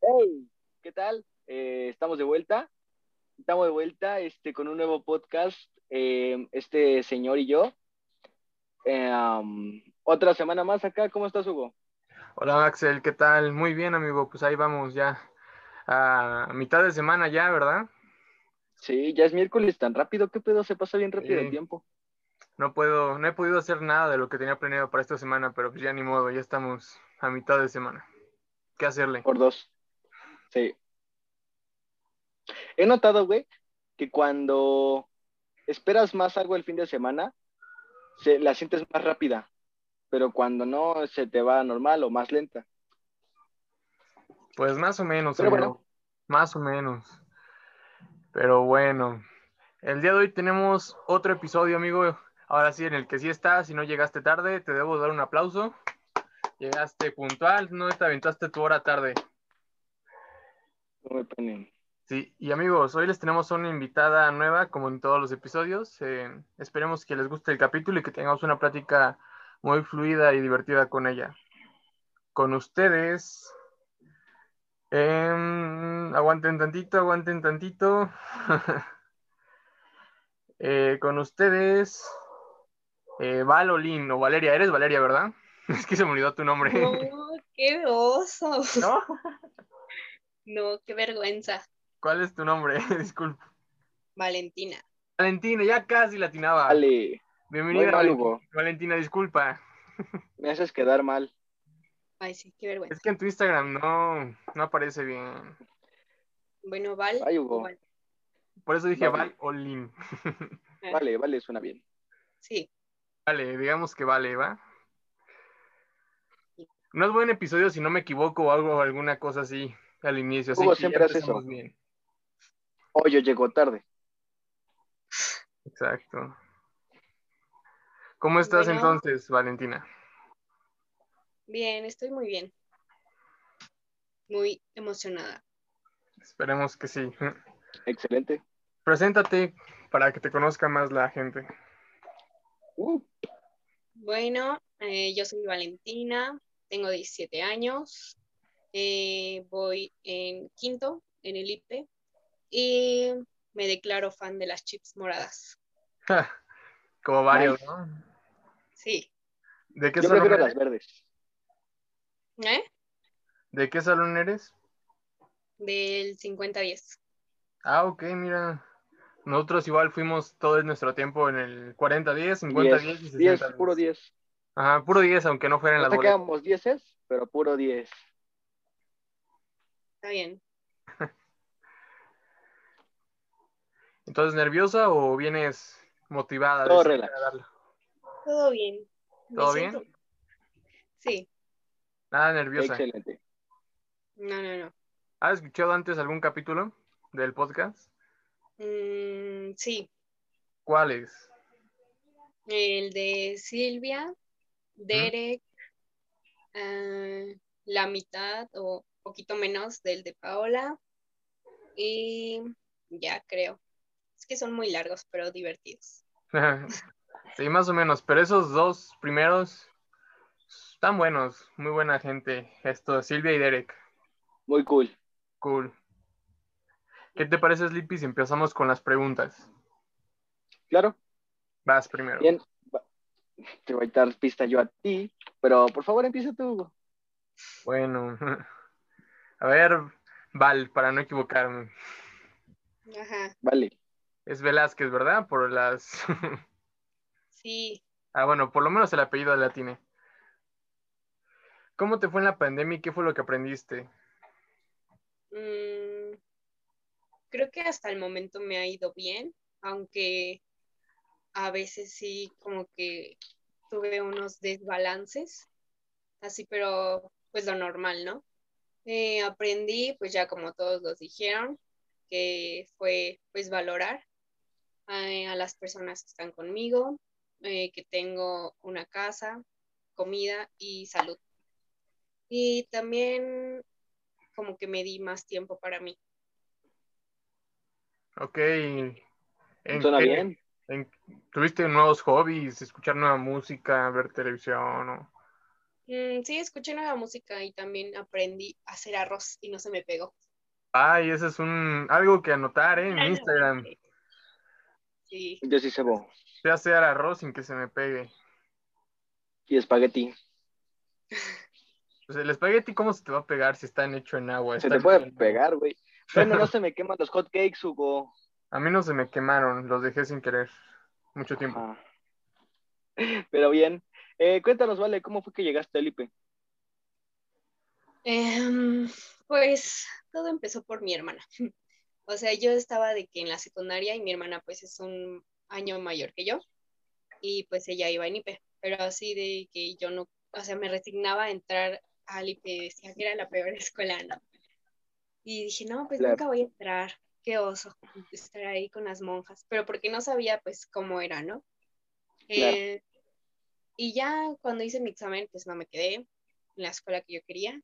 Hey, ¿qué tal? Eh, estamos de vuelta. Estamos de vuelta este, con un nuevo podcast, eh, este señor y yo. Eh, um, otra semana más acá. ¿Cómo estás, Hugo? Hola Axel, ¿qué tal? Muy bien, amigo. Pues ahí vamos ya. A mitad de semana ya, ¿verdad? Sí, ya es miércoles tan rápido. ¿Qué pedo? Se pasa bien rápido el Sí. tiempo. No puedo, no he podido hacer nada de lo que tenía planeado para esta semana, pero pues ya ni modo, ya estamos a mitad de semana. ¿Qué hacerle? Por dos. Sí. He notado, güey, que cuando esperas más algo el fin de semana, se, la sientes más rápida. Pero cuando no, se te va normal o más lenta. Pues más o menos, Pero amigo. bueno. Más o menos. Pero bueno, el día de hoy tenemos otro episodio, amigo. Ahora sí, en el que sí estás, si no llegaste tarde, te debo dar un aplauso. Llegaste puntual, no te aventaste tu hora tarde. No me penen. Sí, y amigos, hoy les tenemos una invitada nueva, como en todos los episodios. Eh, esperemos que les guste el capítulo y que tengamos una plática muy fluida y divertida con ella. Con ustedes. em, aguanten tantito, aguanten tantito. Eh, con ustedes. eh, Valolín o Valeria, eres Valeria, ¿verdad? Es que se me olvidó tu nombre. No, qué oso. ¿No? No, qué vergüenza. ¿Cuál es tu nombre? Disculpa. Valentina. Valentina, ya casi latinaba. Dale, muy Bienvenida, mal, Valentina. Hugo. Valentina, disculpa. Me haces quedar mal. Ay, sí, qué vergüenza. Es que en tu Instagram no, no aparece bien. Bueno, Val. Ay, Hugo. o Val- Por eso dije Vale. Val o Lin. Eh. Vale, vale, suena bien. Sí, Vale, digamos que vale, ¿va? No es buen episodio si no me equivoco o algo, alguna cosa así al inicio. Así Hugo, que siempre ya hace eso. empezamos bien. Hoy yo llego tarde. Exacto. ¿Cómo estás Bueno. entonces, Valentina? bien, estoy muy bien. Muy emocionada. Esperemos que sí. Excelente. Preséntate para que te conozca más la gente. Uh, Bueno, eh, yo soy Valentina, tengo 17 años, eh, voy en quinto, en el IPE, y me declaro fan de las chips moradas. Como varios, ¿no? Sí, ¿De qué, yo prefiero salón, las eres? verdes. ¿eh? ¿De qué salón eres? Del 50-10. Ah, ok, mira. Nosotros igual fuimos todo nuestro tiempo en el 40-10, 50-10 y 10, 60 10, puro 10. Ajá, puro 10, aunque no fuera en No las boletas. sacábamos 10, pero puro 10. Está bien. Entonces, ¿nerviosa o vienes motivada? Todo decidida relax. a darlo? Todo bien. Me ¿Todo bien? siento- Sí, Nada nerviosa. Excelente. no, no, no. ¿Has escuchado antes algún capítulo del podcast? Mm, sí, ¿Cuál es? el de Silvia, Derek, ah, la mitad o poquito menos del de Paola y ya creo. Es que son muy largos, pero divertidos. sí, más o menos, pero esos dos primeros están buenos, muy buena gente. Esto, Silvia y Derek, Muy cool. cool. ¿Qué te parece, Sleepy, si empezamos con las preguntas? Claro. Vas primero. Bien. Va- Te voy a dar pista yo a ti, pero por favor empieza tú, Hugo. Bueno, a ver, Val, para no equivocarme. Ajá, Vale. Es Velázquez, ¿verdad? Por las. sí, ah, bueno, por lo menos el apellido la tiene. ¿Cómo te fue en la pandemia y qué fue lo que aprendiste? mm, creo que hasta el momento me ha ido bien, aunque a veces sí como que tuve unos desbalances, así pero pues lo normal, ¿no? Eh, aprendí, pues ya como todos los dijeron, que fue pues valorar eh, a las personas que están conmigo, eh, que tengo una casa, comida y salud. Y también como que me di más tiempo para mí. Ok. ¿en ¿Suena qué- bien? en- ¿Tuviste nuevos hobbies? ¿Escuchar nueva música? ¿Ver televisión? o- Mm, sí, escuché nueva música y también aprendí a hacer arroz y no se me pegó. Ay, eso es un algo que anotar ¿eh? en mi Instagram. Sí, Yo sí cebo. Sé hacer arroz sin que se me pegue. Y espagueti. Pues el espagueti, ¿cómo se te va a pegar si están hecho en agua? Se Está te puede hecho en- pegar, güey. Bueno, no se me queman los hotcakes, Hugo. A mí no se me quemaron, los dejé sin querer. Mucho tiempo. Ajá. Pero bien. Eh, cuéntanos, Vale, ¿cómo fue que llegaste al IPE? Em, pues todo empezó por mi hermana. O sea, yo estaba de que en la secundaria y mi hermana pues es un año mayor que yo y pues ella iba en IPE, pero así de que yo no, o sea, me resignaba a entrar al IPE, decía que era la peor escuela, ¿no? Y dije, no, pues Claro. nunca voy a entrar, qué oso estar ahí con las monjas, pero porque no sabía pues cómo era, ¿no? Claro. Eh, y ya cuando hice mi examen pues no me quedé en la escuela que yo quería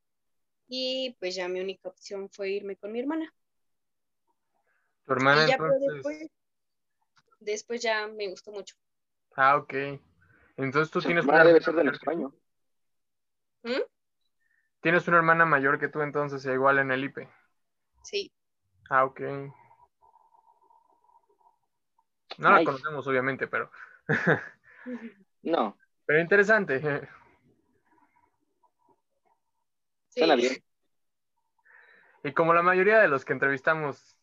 y pues ya mi única opción fue irme con mi hermana. Tu hermana Y ya, pero Ah, entonces. después, después ya me gustó mucho. Ah, ok. Entonces tú Su tienes hermana una, debe ser del extraño. tienes una hermana mayor que tú entonces, e igual en el IPE. Sí, Ah, ok. No la Nice. conocemos, obviamente, pero. No, Pero interesante. sí. suena bien. Y como la mayoría de los que entrevistamos,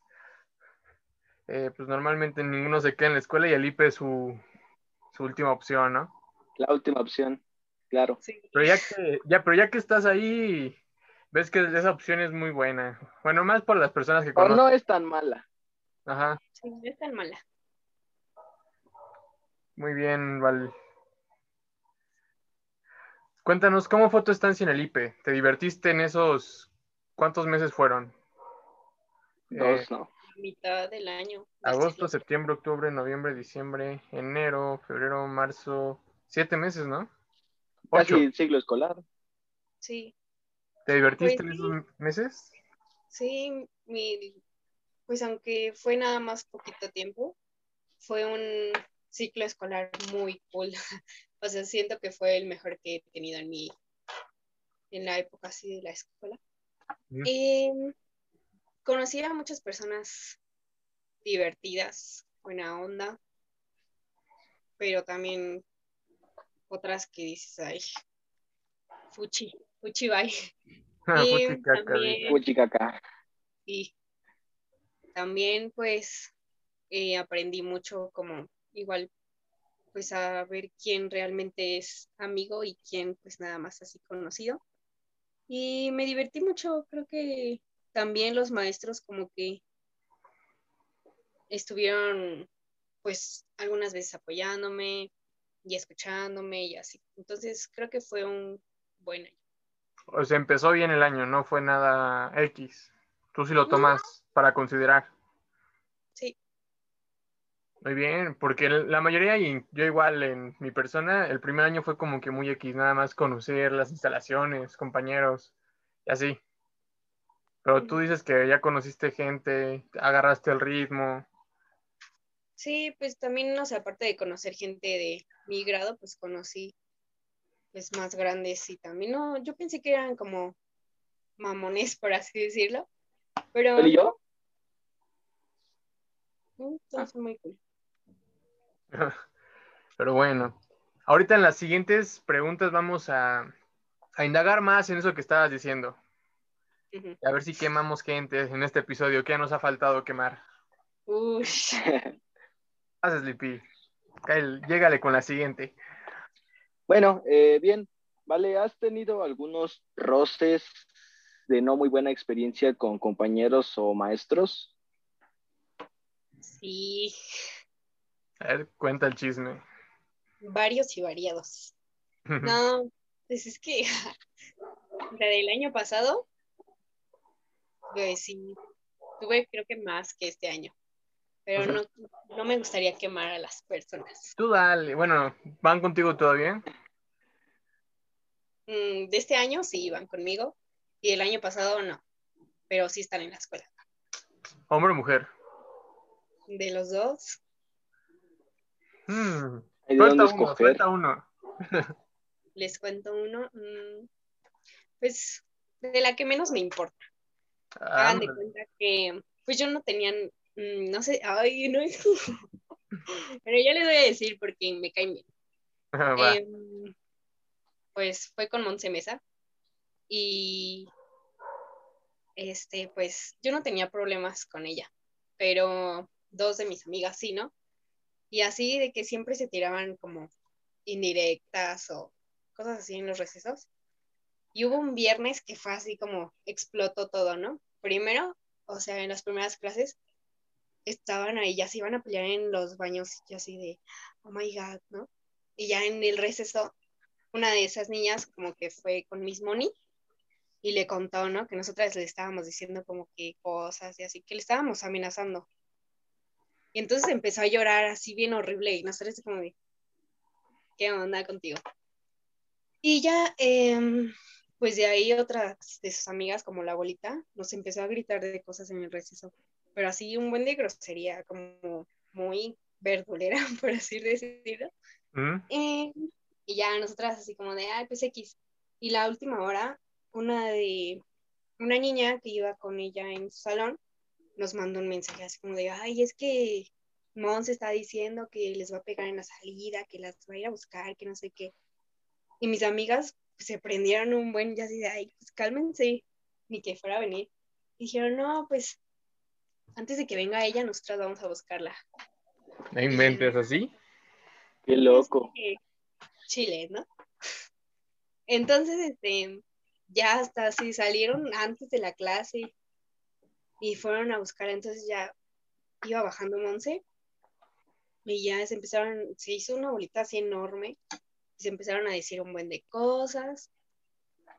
eh, pues normalmente ninguno se queda en la escuela y el IPE es su, su última opción, ¿no? La última opción, claro. Sí. Pero ya que, ya, pero ya que estás ahí, ves que esa opción es muy buena. Bueno, más por las personas que O conocen. no es tan mala. Ajá, Sí, no es tan mala. muy bien, Val. Cuéntanos, ¿cómo fue tu estancia en el IPE? ¿Te divertiste en esos... ¿Cuántos meses fueron? Pues Eh, Dos, no. Mitad del año. Agosto, septiembre, octubre, noviembre, diciembre, enero, febrero, marzo. Siete meses, ¿no? Pues Ocho. Casi siglo escolar. Sí, ¿Te divertiste Pues, en esos meses? sí, mi, pues aunque fue nada más poquito tiempo, fue un ciclo escolar muy cool. O sea, siento que fue el mejor que he tenido en mi, en la época así de la escuela. Ujú. Em, conocí a muchas personas divertidas, buena onda, pero también otras que dices, ay, fuchi, fuchi bye. Sí, Puchi, Ah, caca, también. dice. Puchicaca. Y también pues eh, aprendí mucho como igual pues a ver quién realmente es amigo y quién pues nada más así conocido. Y me divertí mucho, creo que también los maestros como que estuvieron pues algunas veces apoyándome y escuchándome y así. Entonces creo que fue un buen año. O sea, empezó bien el año, no fue nada X. Tú sí lo tomas para considerar. Sí. Muy bien, porque la mayoría, y yo igual en mi persona, el primer año fue como que muy X, nada más conocer las instalaciones, compañeros, y así. Pero tú dices que ya conociste gente, agarraste el ritmo. Sí, pues también, no sé, aparte de conocer gente de mi grado, pues conocí pues más grandes y también, no, yo pensé que eran como mamones, por así decirlo, pero ¿Él y yo? mm, todos son muy cool. Pero bueno, ahorita en las siguientes preguntas vamos a, a indagar más en eso que estabas diciendo. Ujú. A ver si quemamos gente en este episodio, que ya nos ha faltado quemar. Ush. Haces, Lipi. Kyle, llégale con la siguiente. Bueno, eh, bien, vale, ¿has tenido algunos roces de no muy buena experiencia con compañeros o maestros? sí, A ver, cuenta el chisme. varios y variados. No, pues es que la del año pasado, pues sí, tuve creo que más que este año, pero no, no me gustaría quemar a las personas. Tú dale. Bueno, ¿van contigo todavía? Mm, de este año sí iban conmigo y el año pasado no, pero sí están en la escuela. ¿Hombre o mujer? De los dos, Hmm, ¿Hay de Suelta dónde uno, escoger? suelta uno. les cuento uno. mm, Pues de la que menos me importa. Ah, Hagan de cuenta que, pues yo no tenía, mm, no sé, ay, no es. Pero yo les voy a decir porque me caen bien. Ah, va. Em, pues fue con Monse Mesa y este, pues yo no tenía problemas con ella, pero dos de mis amigas sí, ¿no? Y así de que siempre se tiraban como indirectas o cosas así en los recesos. Y hubo un viernes que fue así como explotó todo, ¿no? Primero, o sea, en las primeras clases estaban ahí, ya se iban a pelear en los baños, y yo así de, oh my god, ¿no? y ya en el receso una de esas niñas como que fue con Miss Moni y le contó, ¿no? Que nosotras le estábamos diciendo como que cosas y así, que le estábamos amenazando. Y entonces empezó a llorar así bien horrible y nosotros como de, ¿qué onda contigo? Y ya, em, pues de ahí otras de sus amigas como la abuelita nos empezó a gritar de cosas en el receso, pero así un buen de grosería, como muy verdulera, por así decirlo. ¿Mm? Eh, y ya nosotras así como de, ay, pues X. Y la última hora, una de una niña que iba con ella en su salón nos mandó un mensaje así como de, ay, es que Mons está diciendo que les va a pegar en la salida, que las va a ir a buscar, que no sé qué. Y mis amigas pues, se prendieron un buen ya así de, ay, pues cálmense, ni que fuera a venir. Dijeron, no, pues antes de que venga ella, nosotras vamos a buscarla. No inventes pues, así. Qué loco. eh, Chile, ¿no? Entonces, este, ya hasta así salieron antes de la clase y fueron a buscar, entonces ya iba bajando Monse y ya se empezaron, se hizo una bolita así enorme y se empezaron a decir un buen de cosas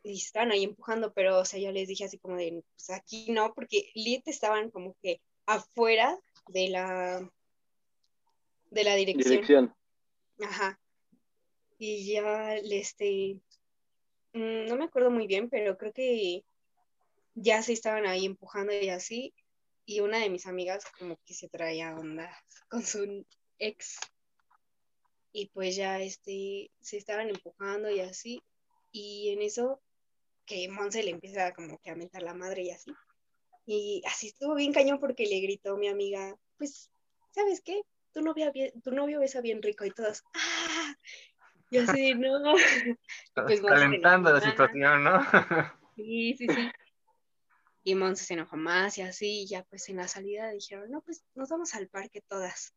y estaban ahí empujando, pero o sea, yo les dije así como de, pues aquí no, porque Lit estaban como que afuera de la de la dirección. Dirección. Ajá. Y ya, este, mm, no me acuerdo muy bien, pero creo que ya se estaban ahí empujando y así. Y una de mis amigas como que se traía onda con su ex. Y pues ya, este, se estaban empujando y así. Y en eso que Monse le empieza como que a mentar la madre y así. Y así estuvo bien cañón porque le gritó mi amiga, pues, ¿sabes qué? tu novia bien- tu novio besa bien rico y todos, ¡ah! Y así, no. pues, vamos a Calentando la tener- situación, ¿no? Sí, sí, sí. Y Monse se enojó más y así, y ya pues en la salida dijeron, no, pues nos vamos al parque todas.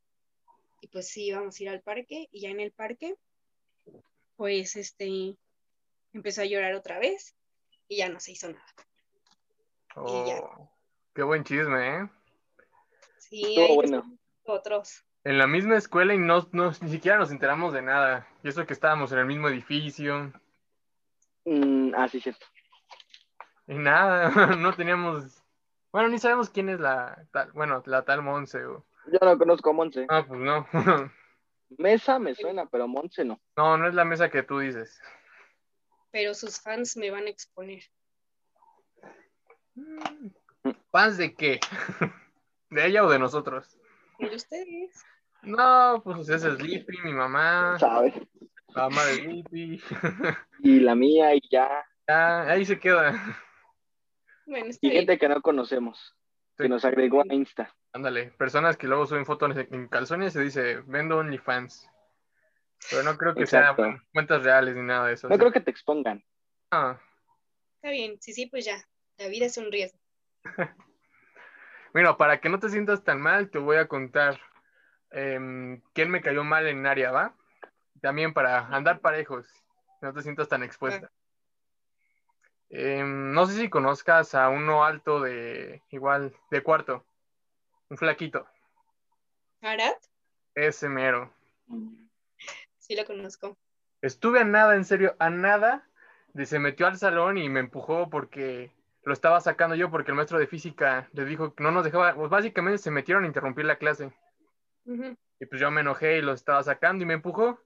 Y pues sí, vamos a ir al parque, y ya en el parque, pues este, empezó a llorar otra vez, y ya no se hizo nada. Oh, qué buen chisme, ¿eh? Sí, Estuvo ahí bueno. después otros. En la misma escuela y no, no- ni siquiera nos enteramos de nada. Y eso que estábamos en el mismo edificio Mm, ah, sí, cierto. y nada, no teníamos... Bueno, ni sabemos quién es la tal, bueno, la tal Monse. o- Yo no conozco a Monse. Ah, pues no. Mesa me suena, pero Monse no. No, no es la mesa que tú dices. pero sus fans me van a exponer. ¿Pans de qué? ¿De ella o de nosotros? ¿Y de ustedes? No, pues es Sleepy, mi mamá, ¿Sabes? la mamá de Sleepy. Y la mía y ya. Ya, ahí se queda. Bueno, está Y bien. gente que no conocemos. Que Sí. nos agregó a Insta. Ándale, personas que luego suben fotos en calzones y se dice, vendo OnlyFans. Pero no creo que sean Exacto. cuentas reales ni nada de eso. No así creo que te expongan. Ah, Está bien, sí, sí, pues ya. La vida es un riesgo. Mira, para que no te sientas tan mal, te voy a contar em, quién me cayó mal en área, ¿va? También para andar parejos, no te sientas tan expuesta. Em, no sé si conozcas a uno alto de, igual, de cuarto, un flaquito, Arat, ese mero. Mm. sí lo conozco. Estuve a nada, en serio, a nada de se metió al salón y me empujó porque lo estaba sacando yo porque el maestro de física le dijo que no nos dejaba, pues básicamente se metieron a interrumpir la clase. Ujú. Y pues yo me enojé y lo estaba sacando y me empujó.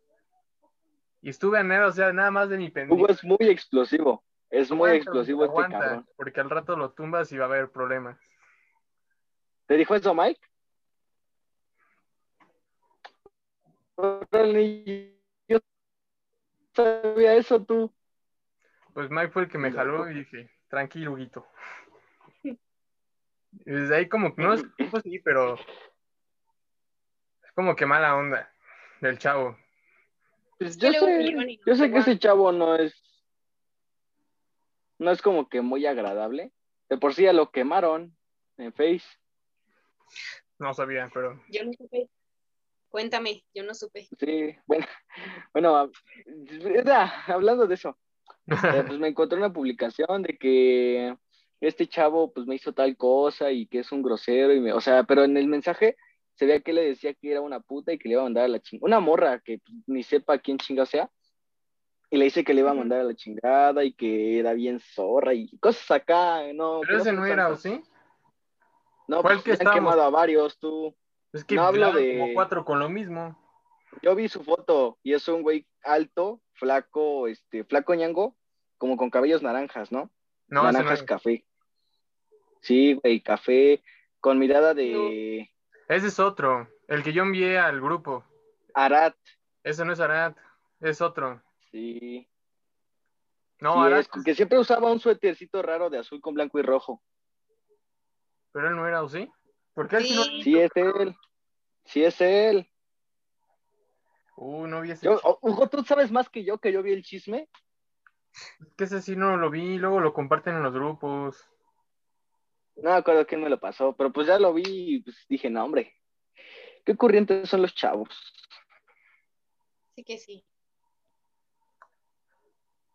Y estuve a nada, o sea, nada más de mi pendejo. Hugo es muy explosivo. Es muy Aguanta, explosivo este aguanta, cabrón. Porque al rato lo tumbas y va a haber problemas. ¿Te dijo eso, Mike? Órale, yo sabía eso tú. Pues Mike fue el que me jaló y dije, tranquilo, Guito. Y desde ahí como que no es pues sí, pero es como que mala onda del chavo. Pues Es que yo luego sé, iban y no yo sé que jugaban. ese chavo no es, no es como que muy agradable. De por sí ya lo quemaron en Face. No sabía, pero Yo no supe. Cuéntame, yo no supe. Sí, bueno, bueno, hab- era- hablando de eso, eh, pues me encontré una publicación de que este chavo pues me hizo tal cosa y que es un grosero y me, o sea, pero en el mensaje se veía que le decía que era una puta y que le iba a mandar a la chingada, una morra que pues, ni sepa quién chinga sea, y le dice que le iba a Ujú. mandar a la chingada y que era bien zorra y cosas acá, no. que pero ese no son era, ¿o tantas. sí? No, ¿Cuál pues que le han estábamos? quemado a varios, tú. Es que No hablo hablaron de- como cuatro con lo mismo. Yo vi su foto y es un güey alto, flaco, este, flaco ñango, como con cabellos naranjas, ¿no? No, ese no naranjas es. café. Sí, güey, café, con mirada de Ese es otro, el que yo envié al grupo. Arat. Ese no es Arat, es otro. Sí. No, Sí, este Arat, es, que siempre usaba un suétercito raro de azul con blanco y rojo. pero él no era, ¿o sí? ¿Por qué él sí no? Sí. Sí, es él. Sí, es él. Uh, no vi ese. Yo, oh, Hugo, tú sabes más que yo que yo vi el chisme. oh. Es que ese sí no lo vi, luego lo comparten en los grupos. No me acuerdo quién me lo pasó, pero pues ya lo vi y pues, dije, no, hombre, qué corrientes son los chavos. Así que sí.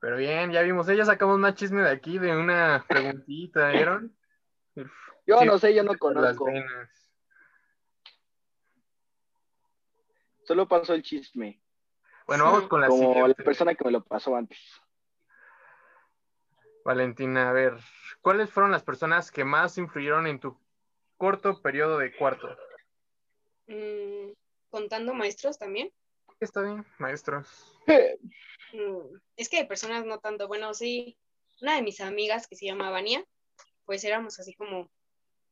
Pero bien, ya vimos, eh, ya sacamos más chisme de aquí, de una preguntita, ¿vieron? Yo Sí, no sé, yo no Por las conozco. venas. Solo pasó el chisme. Bueno, vamos con la como la siguiente. persona que me lo pasó antes. Valentina, a ver, ¿cuáles fueron las personas que más influyeron en tu corto periodo de cuarto? Mm, contando maestros también. Está bien, maestros. Mm, es que de personas no tanto. Bueno, sí, una de mis amigas que se llama Vania, pues éramos así como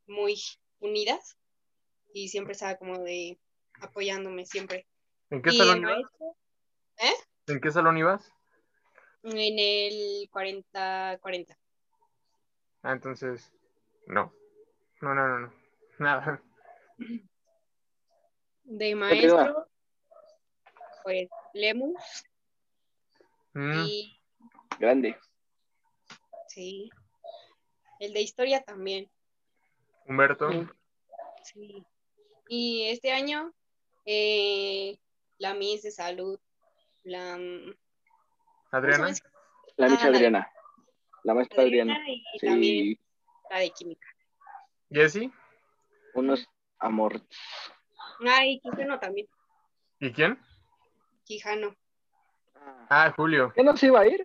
muy unidas y siempre estaba como de apoyándome siempre. ¿En qué y salón el ibas? maestro ¿En qué salón ibas? en el 40-40. Ah, entonces, no. No, no, no, no. Nada. De Continúa. maestro, pues Lemus Mm, y Grande. sí, el de historia también. Humberto. Sí. Y este año, eh, la Miss de Salud, la mm, ¿cómo se Adriana. llama esa? La Miss Ah, la- Adriana. La maestra Adriana. Adriana y también Sí, la de Química. Jessy. unos amor. Ay, Quijano también, ¿Y quién? Quijano. Ah, Julio. ¿Qué no se iba a ir?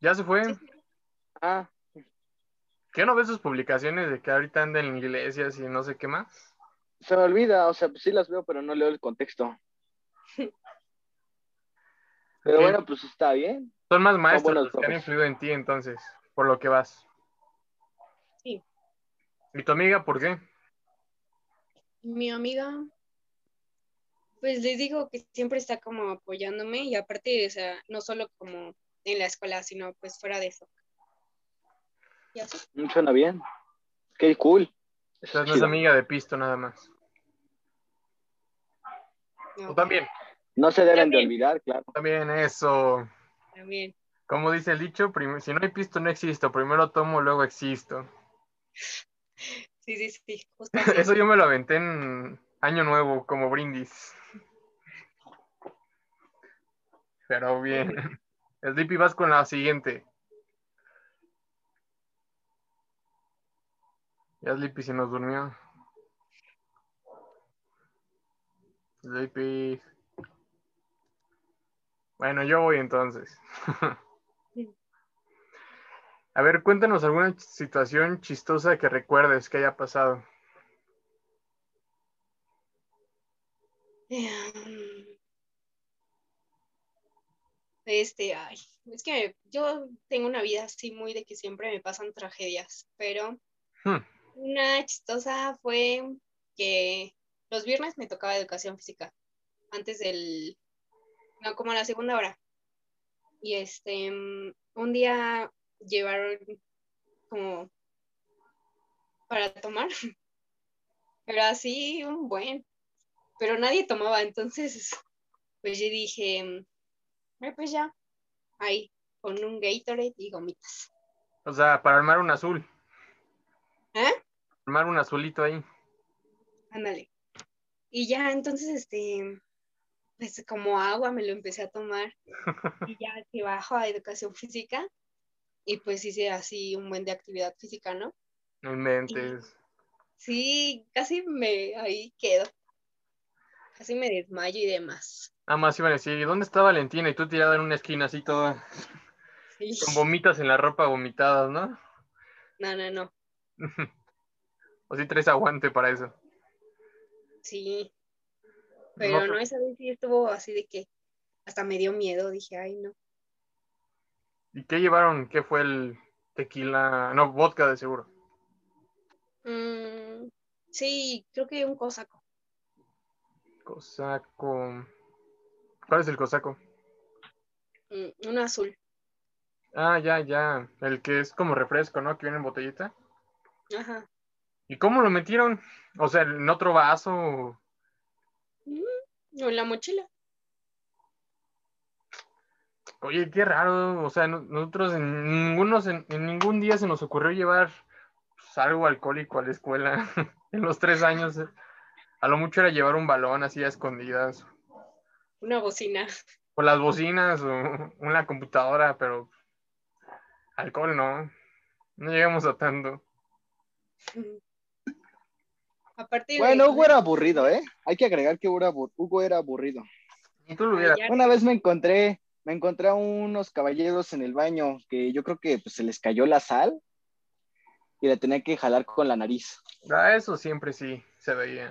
Ya se fue. Sí. Ah, ¿Qué no ves sus publicaciones de que ahorita anda en iglesias y no sé qué más? se me olvida, o sea, pues sí las veo, pero no leo el contexto. Pero Ok. bueno, pues está bien. Son más maestros buenos los que han profes. influido en ti entonces, por lo que vas. Sí. ¿Y tu amiga por qué? Mi amiga, pues les digo que siempre está como apoyándome y aparte, o sea, no solo como en la escuela, sino pues fuera de eso. Y así. Mm, Suena bien. Qué cool. O Eso sea, es no es chido. amiga de pisto nada más. No, Tú también, No se deben de También. olvidar, claro. también eso. también. Como dice el dicho, prim- si no hay pisto no existo. Primero tomo, luego existo. Sí, sí, sí. justo así. Eso yo me lo aventé en Año Nuevo como brindis. Pero bien. Sleepy, vas con la siguiente. Ya Sleepy se nos durmió. Sleepy. Bueno, yo voy entonces. A ver, cuéntanos alguna ch- situación chistosa que recuerdes que haya pasado. Em, Este, ay, es que yo tengo una vida así muy de que siempre me pasan tragedias, pero Hmm. una chistosa fue que los viernes me tocaba educación física, antes del, no, como a la segunda hora. Y este, un día llevaron como para tomar, pero así un buen, pero nadie tomaba, entonces pues yo dije, "Ah, pues ya, ahí, con un Gatorade y gomitas. O sea, para armar un azul. ¿Eh? Armar un azulito ahí. Ándale. Y ya, entonces, este, pues como agua me lo empecé a tomar. Y ya que bajo a educación física. Y pues hice así un buen de actividad física, ¿no? No inventes. Sí, casi me ahí quedo. Casi me desmayo y demás. Nada más iban a decir, "¿Y ¿dónde está Valentina? Y tú tirada en una esquina así toda, Sí. con vomitas en la ropa vomitadas, ¿no? No, no, no. o si traes aguante para eso. Sí. Pero No, no, esa vez sí estuvo así de que hasta me dio miedo. Dije, ay, no. ¿Y qué llevaron? ¿Qué fue el tequila? No, vodka de seguro. Mm, sí, creo que un cosaco. Cosaco. ¿Cuál es el cosaco? Mm, un azul. Ah, ya, ya. El que es como refresco, ¿no? Que viene en botellita. Ajá. ¿Y cómo lo metieron? O sea, en otro vaso. Mm, o en la mochila. Oye, qué raro. O sea, no- nosotros en, ningunos, en, en ningún día se nos ocurrió llevar pues, algo alcohólico a la escuela. en los tres años, eh, a lo mucho era llevar un balón así a escondidas. Una bocina. O las bocinas o una computadora, pero alcohol no. No llegamos a tanto. Mm. Aparte de- Bueno, Hugo era aburrido, ¿eh? Hay que agregar que Hugo era abur- Hugo era aburrido. Y tú lo hubieras. Ay, ya. Una vez me encontré, me encontré a unos caballeros en el baño que yo creo que pues, se les cayó la sal y la tenía que jalar con la nariz. Ah, eso siempre sí se veía.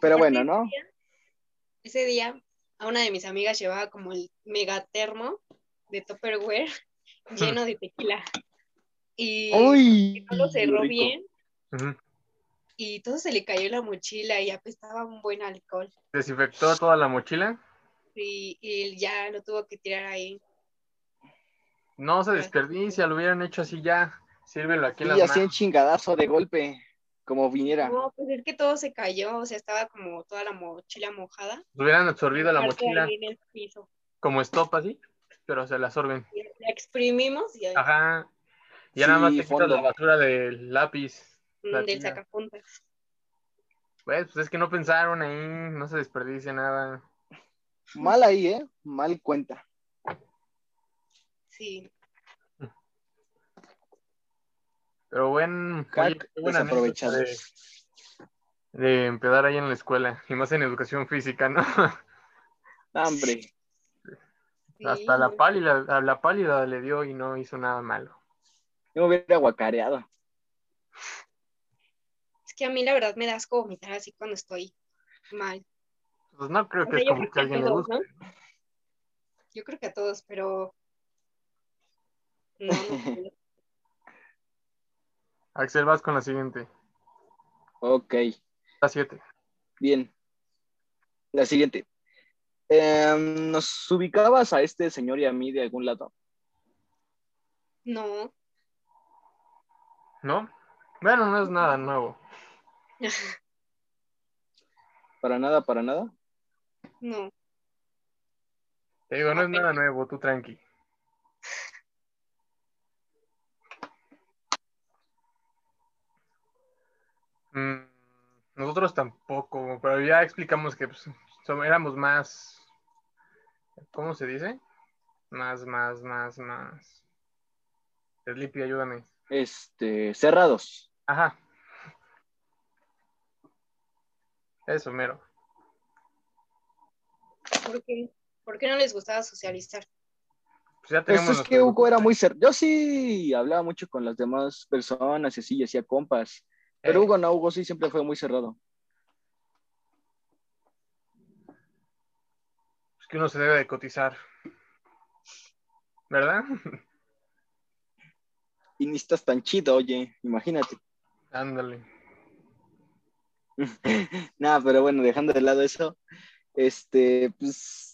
Pero Aparte bueno, ese ¿no? día- Ese día, a una de mis amigas llevaba como el megatermo de Tupperware lleno de tequila. Y ¡Uy! no lo cerró rico. bien Ujú. y todo se le cayó en la mochila y apestaba un buen alcohol. Desinfectó toda la mochila. Y, y él ya lo tuvo que tirar ahí. No se desperdicia, lo hubieran hecho así ya. Sírvelo aquí en las Y así en manos. chingadazo de golpe, como viniera. No, pues es que todo se cayó, o sea, estaba como toda la mochila mojada. Lo hubieran absorbido la Aparte mochila ahí en el piso. como estopa así, pero se la absorben. Y La exprimimos y ahí, Ajá. Ya Sí, nada más te quitas fondo. la basura del lápiz. mm, la del tira. sacapuntas. Pues, pues es que no pensaron ahí, no se desperdicia nada. Mal ahí, ¿eh? Mal cuenta. Sí, Pero buen, Hack oye, qué buena anécdota desaprovechado. de, de empezar ahí en la escuela, y más en educación física, ¿no? No, hombre. sí. Hasta la pálida, a la pálida le dio y no hizo nada malo. Yo me hubiera guacareado. Es que a mí la verdad me da asco vomitar así cuando estoy mal. Pues no creo O que sea, es yo como creo que que a alguien le todos, guste. ¿no? Yo creo que a todos, pero no, no puedo. Axel, vas con la siguiente. Ok, La siete. bien. La siguiente. Em, ¿Nos ubicabas a este señor y a mí de algún lado? no. ¿No? Bueno, no es nada nuevo. Para nada, para nada. No, Te digo, no es nada nuevo, tú tranqui. Mm, nosotros tampoco, pero ya explicamos que pues, so- éramos más. ¿Cómo se dice? Más, más, más, más. Sleepy, ayúdame. Este, cerrados. Ajá. Eso, mero. ¿por qué? ¿Por qué no les gustaba socializar? Pues ya Pues tenemos es que nuestro Hugo era grupito. muy cerrado. Yo sí hablaba mucho con las demás personas y así, y hacía compas. Pero Eh, Hugo no, Hugo sí siempre fue muy cerrado. Es que uno se debe de cotizar. ¿Verdad? Y ni estás tan chido, oye, imagínate. Ándale. Nada, pero bueno, dejando de lado eso, este, pues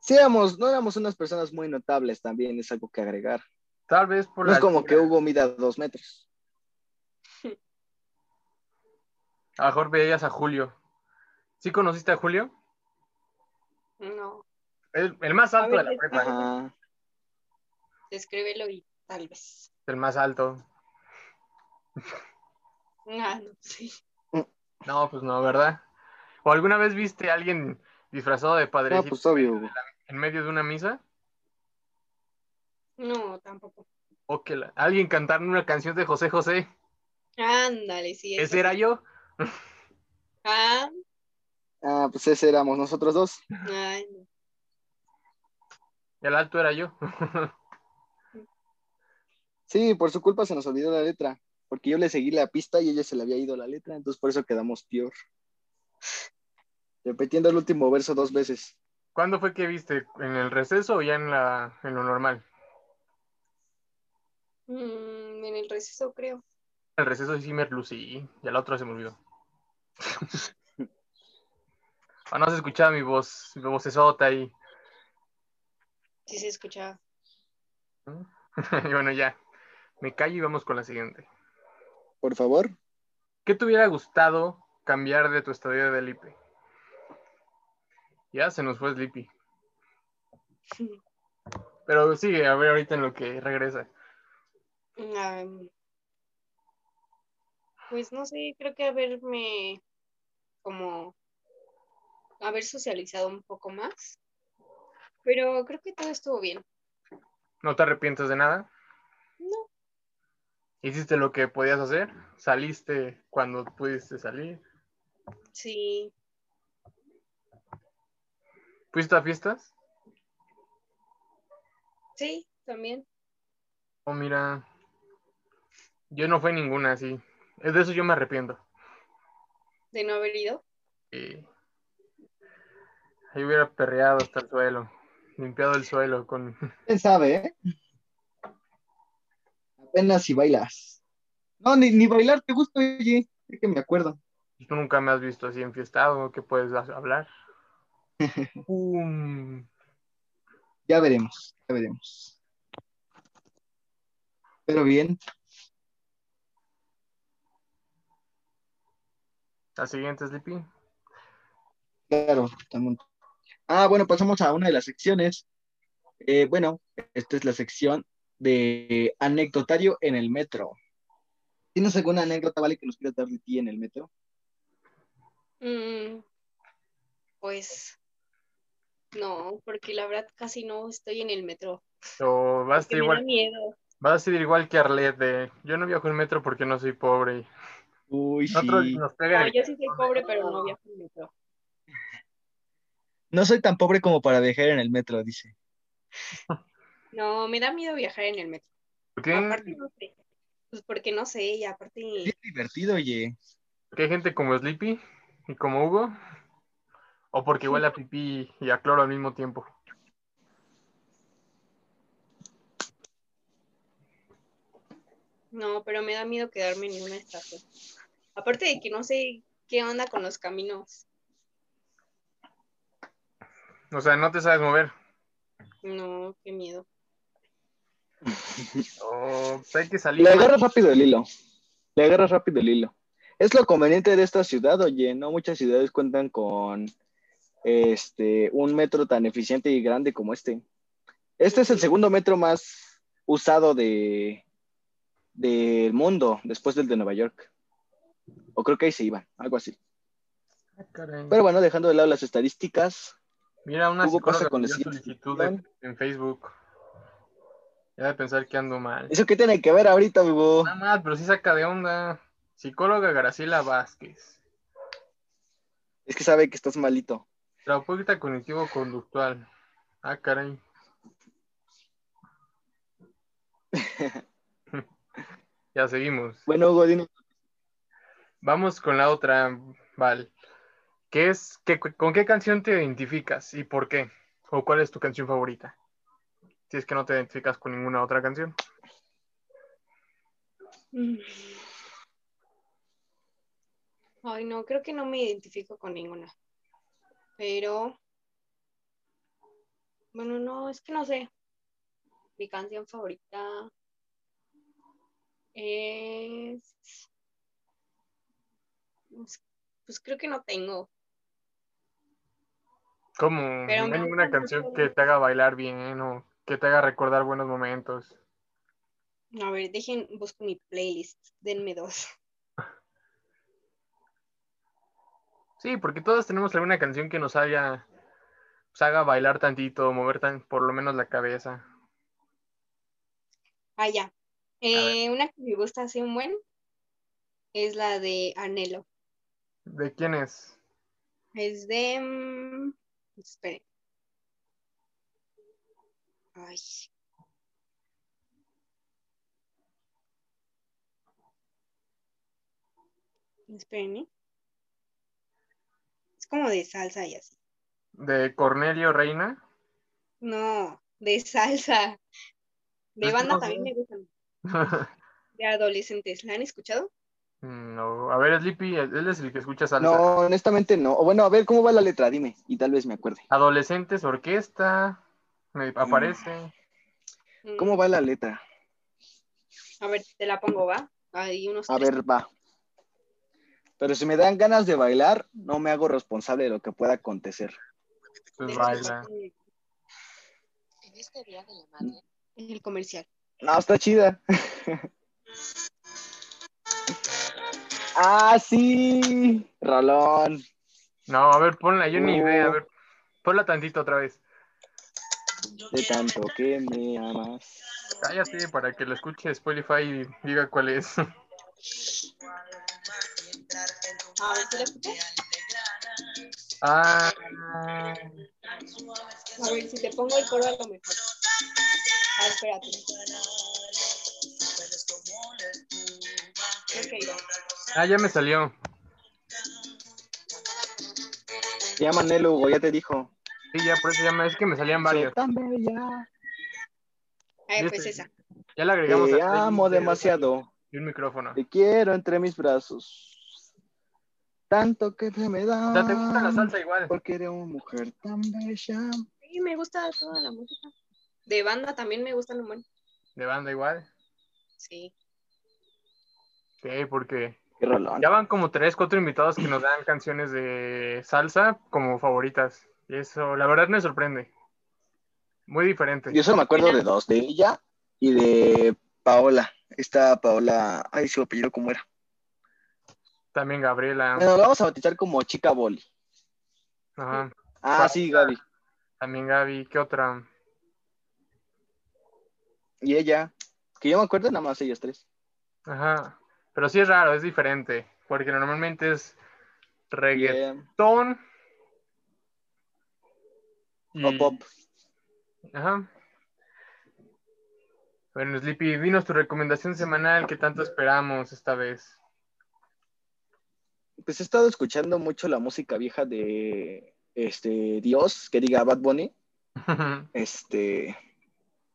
Sí, éramos, no éramos unas personas muy notables también, es algo que agregar. Tal vez por No la es como altura. que Hugo mida dos metros. A lo mejor veías a Julio. ¿Sí conociste a Julio? No, El, el más alto A de ver, la es- prepa. Ajá. descríbelo y tal vez. El más alto. Ah, no, sí. No, pues no, ¿verdad? ¿O alguna vez viste a alguien disfrazado de No, padrecito pues obvio, Hugo. en medio de una misa? No, tampoco. ¿O que la- alguien cantar una canción de José José? Ándale, sí. eso ¿Ese era yo? sí. Ah, Ah, pues ese éramos nosotros dos. ay, no. El alto era yo. Sí, por su culpa se nos olvidó la letra. Porque yo le seguí la pista y ella se le había ido la letra, entonces por eso quedamos peor. Repitiendo el último verso dos veces. ¿Cuándo fue que viste? ¿En el receso o ya en, la, en lo normal? Mm, en el receso creo. El receso sí me lucí y el otro se me olvidó. ¿O Ah, no se escuchaba mi voz, mi vocesota ahí? Sí se escuchaba. Y bueno, ya. Me callo y vamos con la siguiente. Por favor. ¿Qué te hubiera gustado cambiar de tu estadía del IPE? Ya se nos fue Sleepy. Pero sigue, a ver ahorita en lo que regresa. Ah, pues no sé, creo que haberme como haber socializado un poco más, pero creo que todo estuvo bien. ¿No te arrepientes de nada? No. ¿Hiciste lo que podías hacer? ¿Saliste cuando pudiste salir? Sí, ¿Fuiste a fiestas? sí, también. Oh, mira. Yo no fui a ninguna así. De eso yo me arrepiento. De no haber ido. Y... Ahí hubiera perreado hasta el suelo. Limpiado el suelo con... ¿Quién sabe, eh? Apenas si bailas. No, ni, ni bailar te gusta, oye. Es que me acuerdo. Tú nunca me has visto así enfiestado, que puedes ha- hablar. Um, Ya veremos, ya veremos. Pero bien, La siguiente, Sleepy. claro. también. Ah, bueno, pasamos a una de las secciones. Eh, bueno, esta es la sección de anecdotario en el metro. ¿Tienes alguna anécdota, Vale, que nos quieras dar de ti en el metro? Mm, pues no, porque la verdad casi no estoy en el metro. O vas a Que ser me da igual, miedo. vas a ser igual que Arlette. de, yo no viajo en metro porque no soy pobre. Uy, Nosotros sí. nos pegan No, el- Ah, yo sí soy pobre, pero no viajo en metro. No soy tan pobre como para viajar en el metro, dice. No, me da miedo viajar en el metro. ¿Por qué? Aparte, no sé. Pues porque no sé, y aparte. Bien divertido, oye. Porque hay gente como Sleepy y como Hugo. O porque huele a pipí y a cloro al mismo tiempo. No, pero me da miedo quedarme en una estación. Aparte de que no sé qué onda con los caminos. O sea, no te sabes mover. No, qué miedo. O pues hay que salir. Le agarras rápido el hilo. Le agarras rápido el hilo. Es lo conveniente de esta ciudad, oye, no muchas ciudades cuentan con este un metro tan eficiente y grande como este. Este es el segundo metro más usado de del mundo después del de Nueva York. O creo que ahí se iban, algo así. Ah, caray. Pero bueno, dejando de lado las estadísticas, Mira, una Hugo, pasa con psicóloga con la dio siguiente solicitud de- sección. en Facebook. Ya de pensar que ando mal. ¿eso qué tiene que ver ahorita, Hugo? Nada más, pero sí saca de onda. Psicóloga Graciela Vázquez. Es que sabe que estás malito. Terapeuta cognitivo-conductual. Ah, caray. ya seguimos. Bueno, Hugo, dime. Vamos con la otra, Val. ¿Qué es, qué- ¿Con qué canción te identificas y por qué? ¿O cuál es tu canción favorita? Si es que no te identificas con ninguna otra canción. Mm. Ay, no, creo que no me identifico con ninguna. Pero Bueno, no, es que no sé. Mi canción favorita es... Pues, pues creo que no tengo. ¿Cómo? No Pero hay me ninguna gusta canción mucho. que te haga bailar bien o que te haga recordar buenos momentos. A ver, dejen, busco mi playlist. Denme dos. Sí, porque todas tenemos alguna canción que nos haga, nos haga bailar tantito, mover tan, por lo menos la cabeza. Ah, ya. ver. Eh, una que me gusta así un buen es la de Anhelo. ¿De quién es? Es de. mm, esperen. Ay. Esperen, ¿eh? Es como de salsa y así. ¿De Cornelio Reina? No, de salsa. Es De que banda no también sé. me gustan. De adolescentes. ¿La han escuchado? Mm, no, a ver, Sleepy, él es el que escucha salsa. No, honestamente no. O Bueno, a ver, ¿cómo va la letra? Dime, y tal vez me acuerde. Adolescentes, orquesta, me aparece. Mm, ¿Cómo va la letra? A ver, te la pongo, ¿va? Hay unos A tres ver, va. Pero si me dan ganas de bailar, no me hago responsable de lo que pueda acontecer. Pues Deja baila. que pase En este día de la madre, El comercial. No, está chida. ah, sí. Rolón. No, a ver, ponla, yo ni Uh. idea, a ver, ponla tantito otra vez. De tanto que me amas. Cállate para que lo escuche Spotify y diga cuál es. A ver, ¿sí la escuchas? ah, A ver, si te pongo el coro a lo mejor. A ver, espérate. Creo que iba. ah, ya me salió. Se llama Nelo, Hugo, ya te dijo. Sí, ya, por eso ya me, es que me salían Soy varias. tan bella. A ver, Listo. pues esa. Ya la agregamos. Te a playlist amo de- demasiado. Y un micrófono. Te quiero entre mis brazos. Tanto que te me da. O sea, te gusta la salsa igual. Porque eres una mujer tan bella. Sí, me gusta toda la música. De banda también me gusta lo bueno. De banda igual. Sí. Sí, porque Qué rolón. ya van como tres, cuatro invitados que nos dan canciones de salsa como favoritas. Y eso, la verdad me sorprende. Muy diferente. Yo solo me acuerdo de dos, de ella y de Paola. Esta Paola, ay, su apellido cómo era. También Gabriela. Bueno, la vamos a bautizar como Chica Boli. Ajá. Ah, sí, Gaby. También Gaby. ¿Qué otra? Y ella, que yo me acuerdo nada más ellos tres. Ajá. Pero sí es raro, es diferente. Porque normalmente es Y, reggaetón. eh, y- o pop. Ajá. Bueno, Sleepy, dinos tu recomendación semanal que tanto esperamos esta vez. Pues he estado escuchando mucho la música vieja de este Dios, que diga Bad Bunny. Este,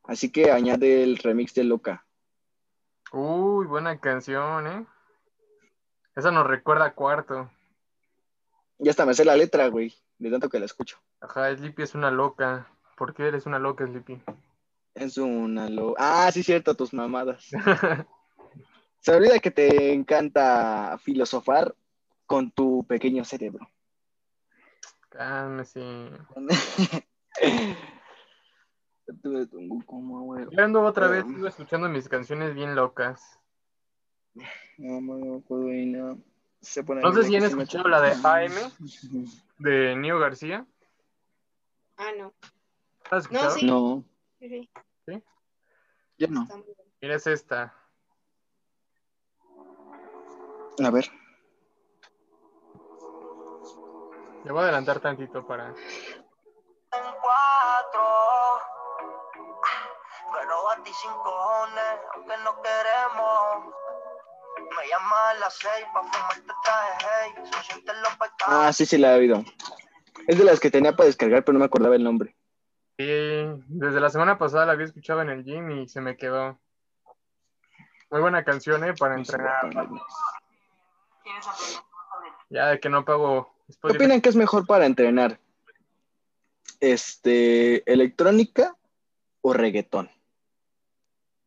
así que añade el remix de Luca. Uy, buena canción, ¿eh? Esa nos recuerda a Cuarto. Ya hasta me sé la letra, güey, de tanto que la escucho. Ajá, Sleepy es una loca. ¿Por qué eres una loca, Sleepy? Es una lo... Ah, sí, cierto, tus mamadas. Se olvida que te encanta filosofar con tu pequeño cerebro. Cálmese. Tuve tungu como agüero, Yo ando otra vez Um. sigo escuchando mis canciones bien locas. no me acuerdo y no. Se pone No sé bien si han que se me- escuchado la de AM de Nio García. Ah, no. ¿La has escuchado? sí. No, Sí, sí, yo no. está muy bueno. Mira, es esta. A ver. Le voy a adelantar tantito para. cuatro, pero a ti sin cojones, aunque no queremos. Me llama a las seis pa' fumarte traje, hey, se sienten los pecados. Ah, sí, sí, la he oído. Es de las que tenía para descargar, pero no me acordaba el nombre. Sí, desde la semana pasada la había escuchado en el gym y se me quedó. Muy buena canción, ¿eh? Para entrenar. Ya de que no pago ¿Qué Spotify. opinan que es mejor para entrenar? este, electrónica o reggaetón.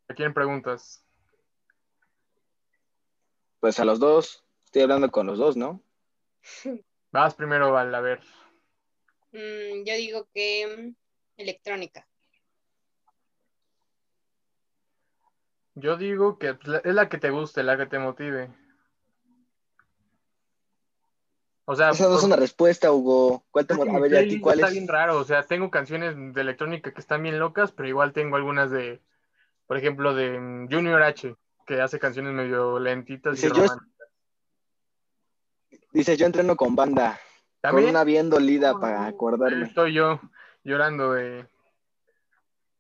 ¿A quién preguntas? Pues a los dos, estoy hablando con los dos, ¿no? Vas primero, Val, a ver. Mm, yo digo que mm, electrónica. Yo digo que pues, la- es la que te guste, la que te motive. O sea, Esa no es Ah, por- una respuesta, Hugo. Cuéntame, a Mi ver, ¿y a ti playlist cuál está es? bien raro, o sea, tengo canciones de electrónica que están bien locas, pero igual tengo algunas de, por ejemplo, de mm, Junior H, que hace canciones medio lentitas y Sí, yo- románticas. Dice, yo entreno con banda, También con una bien dolida para ahí acordarme. estoy yo llorando de...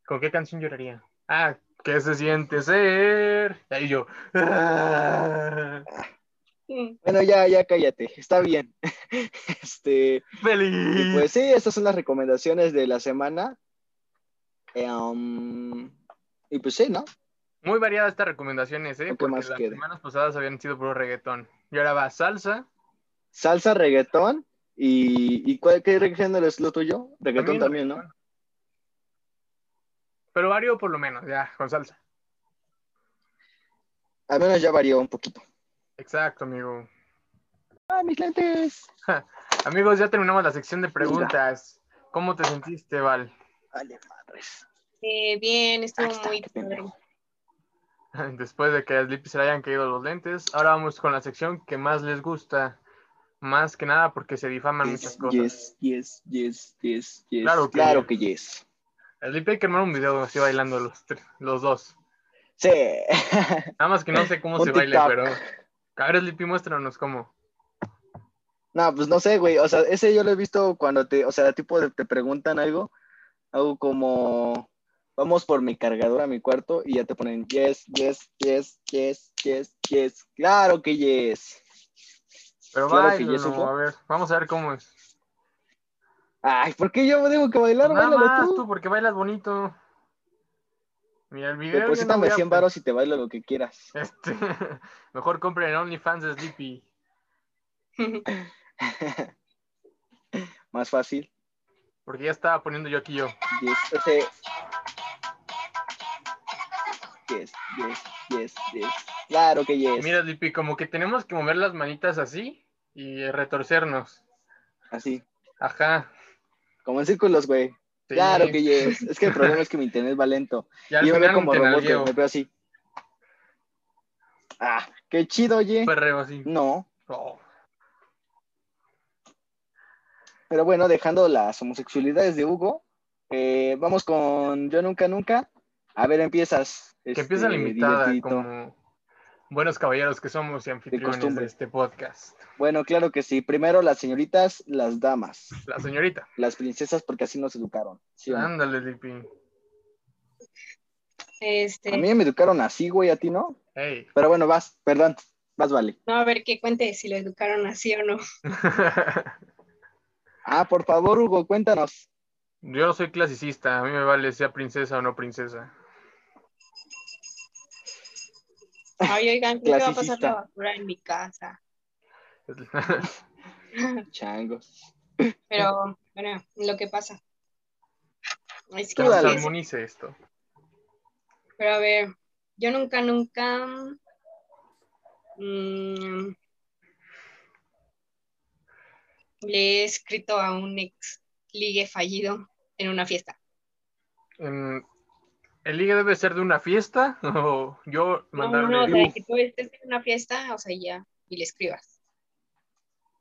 ¿Con qué canción lloraría? Ah, ¿qué se siente ser? Y ahí yo... "Ah, Mm, Bueno, ya, ya cállate, está bien. Este, Y ¡Feliz! pues sí, estas son las recomendaciones de la semana. Eh, um, y pues sí, ¿no? Muy variadas estas recomendaciones, ¿eh? ¿O qué Porque más las queda? semanas pasadas habían sido puro reggaetón. Y ahora va salsa, Salsa, reggaetón. ¿Y, y cuál, qué género es lo tuyo? Reggaetón También también, ¿no? reggaetón. pero vario por lo menos, ya, con salsa. Al menos ya varió un poquito. Exacto, amigo. ¡Ah, mis lentes! Amigos, ya terminamos la sección de preguntas. ¿Cómo te sentiste, Val? Vale, madres. eh, bien, estuvo Ahí está, muy qué pendejo. Después de que a Sleepy se le hayan caído los lentes, ahora vamos con la sección que más les gusta. Más que nada porque se difaman muchas Yes, cosas. yes, yes, yes, yes, yes. Claro Claro que que, yes. yes. A Sleepy hay que armar un video así bailando los, tres- los dos. Sí. Nada más que no sé cómo Un se baila, TikTok. pero... A ver, Sleepy, muéstranos cómo. No, pues no sé, güey. O sea, ese yo lo he visto cuando te, o sea, tipo de- te preguntan algo, algo como, vamos por mi cargador a mi cuarto y ya te ponen, yes, yes, yes, yes, yes, yes. Claro que yes. Pero Claro que yes, báilalo, Hugo. a ver, vamos a ver cómo es. Ay, ¿por qué yo tengo que bailar? Pues Nada Báilalo más tú. tú, porque bailas bonito. Mira, el video... yo no Deposítame voy a- 100 varos y te bailo lo que quieras. Este, mejor compren en OnlyFans de Sleepy. raro. Más fácil. Porque ya estaba poniendo yo aquí yo. Yes, ese. Yes, yes, yes, yes. Claro que yes. Mira, Sleepy, como que tenemos que mover las manitas así y retorcernos. Así. Ajá. Como en círculos, güey. sí. Claro que yes. Es que el problema es que mi internet va lento. Ya al Y yo me veo final como te robot, güey, nalgueo, me veo así. Ah, qué chido, oye. un perreo así. No, Oh, pero bueno, dejando las homosexualidades de Hugo, eh, vamos con Yo Nunca Nunca. A ver, empiezas. este, que empieza la invitada invitado. como buenos caballeros que somos y anfitriones de, costumbre. este podcast. Bueno, claro que sí. Primero las señoritas, las damas, La señorita. las princesas, porque así nos educaron. ¿sí o no? Ándale, Sleepy. Este, A mí me educaron así, güey, a ti no. Hey. Pero bueno, vas, perdón, vas, vale. no, a ver qué cuente si lo educaron así o no. Ah, por favor, Hugo, cuéntanos. yo no soy clasicista, a mí me vale sea princesa o no princesa. Ay, oigan, creo que va a pasar Clasicista. la basura en mi casa. Changos. Pero bueno, lo que pasa. Es Tú Que que nos dale. es- armonice esto. Pero a ver, yo nunca, nunca. mm, le he escrito a un ex ligue fallido en una fiesta. Mm, ¿El ligue debe ser de una fiesta o yo No, mandarle? no, o sea, que tú estés en una fiesta, o sea, ya, y le escribas.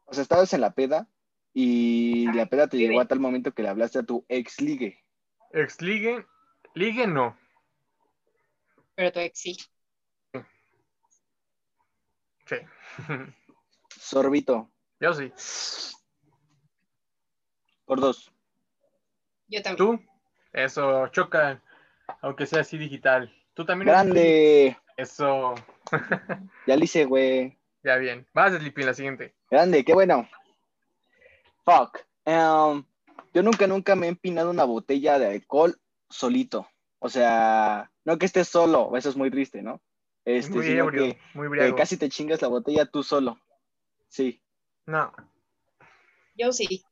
O sea, estabas en la peda y la peda te sí, llegó ve. a tal momento que le hablaste a tu ex ligue. Ex ligue, ligue no. Pero tu ex sí. Sí. Sorbito, Yo sí. por dos. Yo también. ¿Tú? Eso choca, aunque sea así digital. ¿Tú también? Grande. Eso, Ya le hice, güey. ya bien. Vas, Sleepy, la siguiente. Grande, qué bueno. Fuck. Em, yo nunca, nunca me he empinado una botella de alcohol solito. O sea, no que estés solo, eso es muy triste, ¿no? Este, muy sino ebrio, que, muy que briago. casi te chingas la botella tú solo. Sí. No, Yo sí.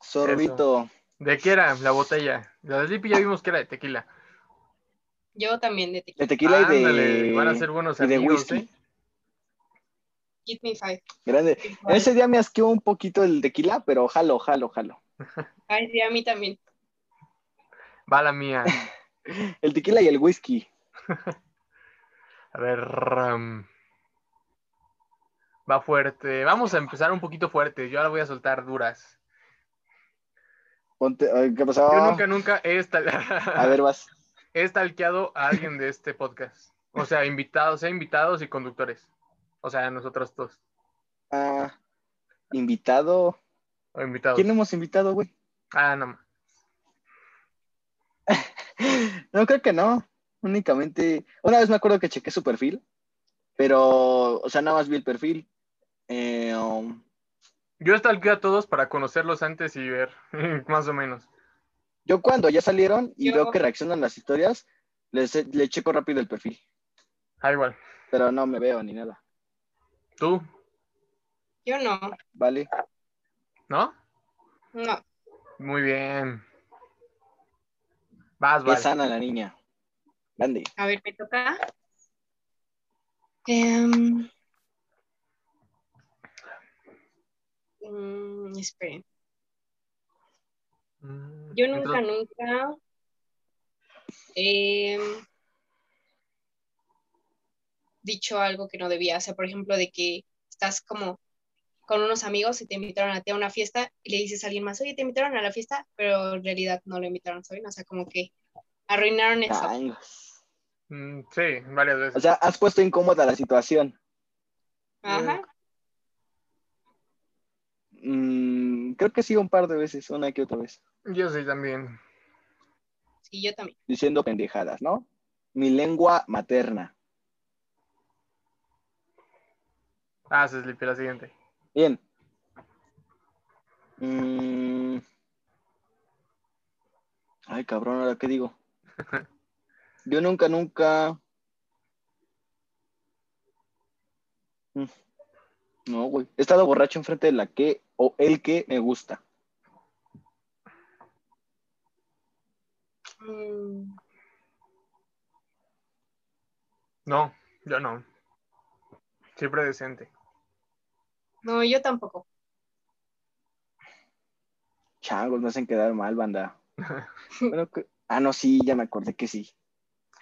Sorbito. ¿De qué era la botella? La de Sleepy ya vimos que era de tequila. Yo también de tequila. De tequila y de. Ándale, van a ser buenos y de amigos, whisky. ¿eh? Give me five. Grande. Ese día me asqueó un poquito el tequila, pero jalo, jalo, jalo. Ay, sí, a mí también. Va la mía. El tequila y el whisky. A ver. um, va fuerte. Vamos a empezar un poquito fuerte. Yo ahora voy a soltar duras. Ponte- ay, ¿Qué pasó? Yo nunca, nunca he, estal- A ver, vas. he stalkeado a alguien de este podcast. O sea, invitados, sea invitados y conductores. O sea, nosotros dos. Ah, invitado. O invitados. ¿Quién hemos invitado, güey? Ah, no. No, creo que no. Únicamente, una vez me acuerdo que chequé su perfil, pero, o sea, nada más vi el perfil. Eh, um, Yo stalkeo a todos para conocerlos antes y ver, más o menos. yo cuando ya salieron y Yo- veo que reaccionan las historias, les, le checo rápido el perfil, Ah, igual. pero no me veo ni nada, ¿Tú? Yo no. ¿vale? ¿No? No. Muy bien. Vas, Es vas. sana la niña. Grande. A ver, me toca. Em, mm, esperen. Yo nunca, nunca. em, dicho algo que no debía. O sea, por ejemplo, de que estás como con unos amigos y te invitaron a ti a una fiesta y le dices a alguien más, oye, te invitaron a la fiesta, pero en realidad no lo invitaron, ¿saben? O sea, como que arruinaron eso. Changos. Mm, Sí, varias O veces. sea, has puesto incómoda la situación. Ajá. Mm, creo que sí, un par de veces, una que otra vez, Yo sí también. Sí, yo también. diciendo pendejadas, ¿no? Mi lengua materna. Ah, se Sleepy, la siguiente. Bien. Mm. Ay, cabrón, ¿ahora qué digo? Yo nunca, nunca. Mm. No, güey. He estado borracho enfrente de la que o el que me gusta. Mm, No, yo no. Siempre decente. no, yo tampoco. Changos, me hacen quedar mal, banda. Bueno, que- Ah, no, sí, ya me acordé que sí.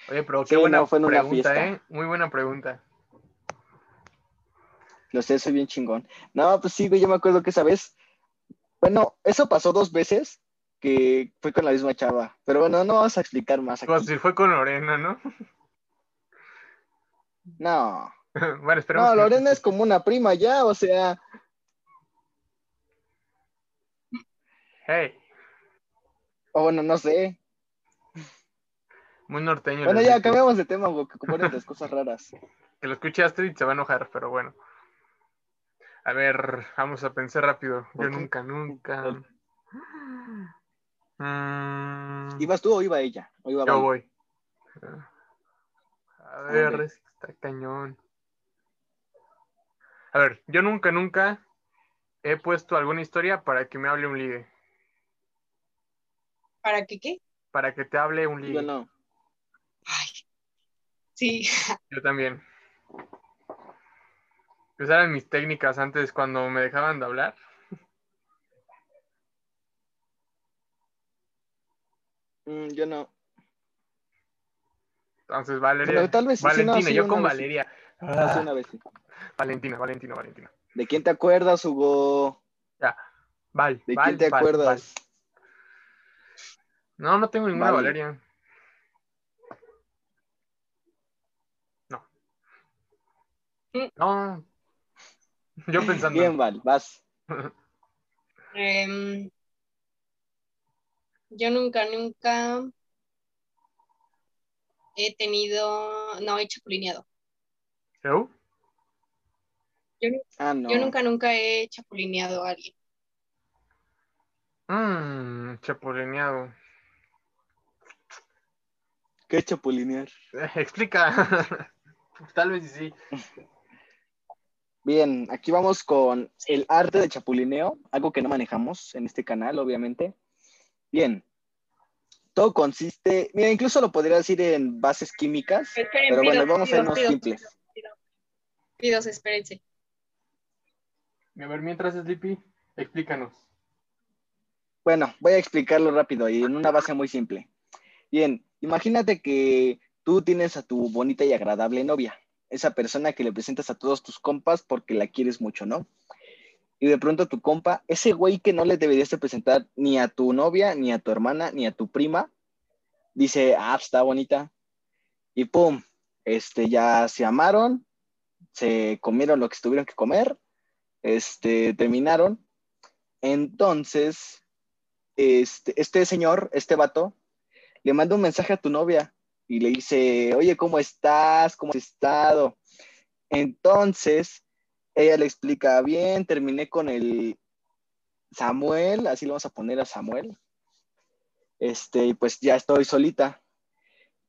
Oye, pero Sí, qué buena no, fue en una pregunta, fiesta. ¿eh? Muy buena pregunta. Lo sé, soy bien chingón. No, pues sí, güey, yo me acuerdo que esa vez, bueno, eso pasó dos veces que fue con la misma chava, pero bueno, no vamos a explicar más aquí. Pues si fue con Lorena, ¿no? No, bueno, esperemos. no, que- Lorena es como una prima ya, o sea, Hey, o bueno, no sé. muy norteño. Bueno, el ya Sleepy. cambiamos de tema, güey, que ponen las cosas raras. Que lo escuche Astrid se va a enojar, pero bueno. A ver, vamos a pensar rápido. Yo Ok. nunca, nunca. Mm, ¿Ibas tú o iba ella? O iba yo Vane. voy. A ver, Ándale. es que está cañón. A ver, yo nunca, nunca he puesto alguna historia para que me hable un ligue. ¿Para qué qué? Para que te hable un ligue. Yo no. Sí. Yo también. Esas eran mis técnicas antes cuando me dejaban de hablar. Mm, yo no. Entonces, Valeria. Pero tal vez sí, sí, no, Valentina, sí, yo una con vez sí. Valeria. Hace una vez. sí. Valentina, Valentina, Valentina. ¿De quién te acuerdas, Hugo? Val, ¿De Val, quién te Val, Val. acuerdas? No, no tengo ninguna Val. Valeria. No. Mm. No. Yo pensando. Bien, Val, vas. Em, yo nunca, nunca he tenido, no, he chapulineado. ¿Yo? Ah, no. Yo nunca, nunca he chapulineado a alguien. Mmm, chapulineado. Qué chapulinear. Eh, Explica. Tal vez sí. Bien, aquí vamos con el arte de chapulineo, algo que no manejamos en este canal, obviamente. Bien, todo consiste, mira, incluso lo podría decir en bases químicas, Esperen, pero pido, bueno, vamos a pido, irnos pido, simples. pido, pido, espérense. A ver, mientras, Sleepy, explícanos. Bueno, voy a explicarlo rápido y en una base muy simple. Bien, imagínate que tú tienes a tu bonita y agradable novia, esa persona que le presentas a todos tus compas porque la quieres mucho, ¿no? Y de pronto tu compa, ese güey que no le deberías de presentar ni a tu novia, ni a tu hermana, ni a tu prima, dice, ah, está bonita. Y pum, este, ya se amaron, se comieron lo que tuvieron que comer, este, terminaron. Entonces, este, este señor, este vato, le manda un mensaje a tu novia y le dice, oye, ¿cómo estás? ¿Cómo has estado? Entonces, ella le explica, bien, terminé con el Samuel, así le vamos a poner a Samuel. Este, y pues ya estoy solita.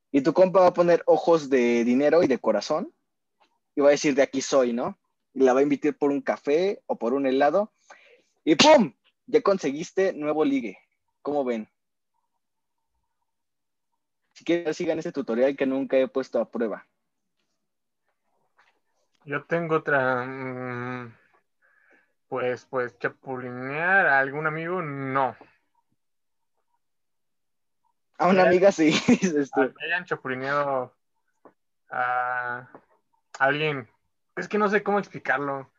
Y tu compa va a poner ojos de dinero y de corazón y va a decir, de aquí soy, ¿no? Y la va a invitar por un café o por un helado. Y ¡pum! ya conseguiste nuevo ligue. ¿Cómo ven? Si quieren, sigan este tutorial que nunca he puesto a prueba. Yo tengo otra. mm, Pues, pues, chapulinear a algún amigo, no. A una Claro. Ah, amiga sí. este, dices tú. A que hayan chapulineado a alguien. Es que no sé cómo explicarlo.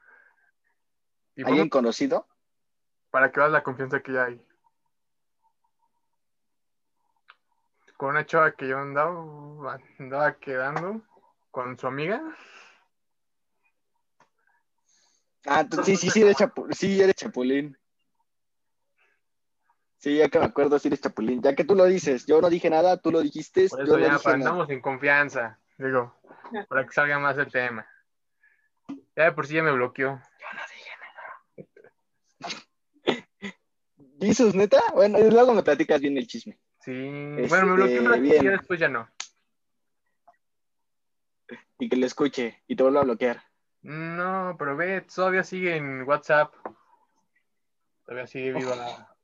Y ¿Alguien vamos conocido? para que veas la confianza que ya hay. Con una chava que yo andaba, andaba quedando con su amiga. Ah, tú- sí, sí, sí, eres chapu- sí, eres chapulín. Sí, ya que me acuerdo, sí eres chapulín. Ya que tú lo dices, yo no dije nada, tú lo dijiste, Por yo eso no ya dije para- nada. andamos en confianza, digo, para que salga más el tema. Ya de por sí ya me bloqueó. ¿Dices, neta? Bueno, luego me platicas bien el chisme. Sí, bueno, me bloqueó Este, un ratito y bien. ya después ya no. Y que lo escuche y te vuelva a bloquear. No, pero ve, todavía sigue en WhatsApp. Todavía sigue viva la...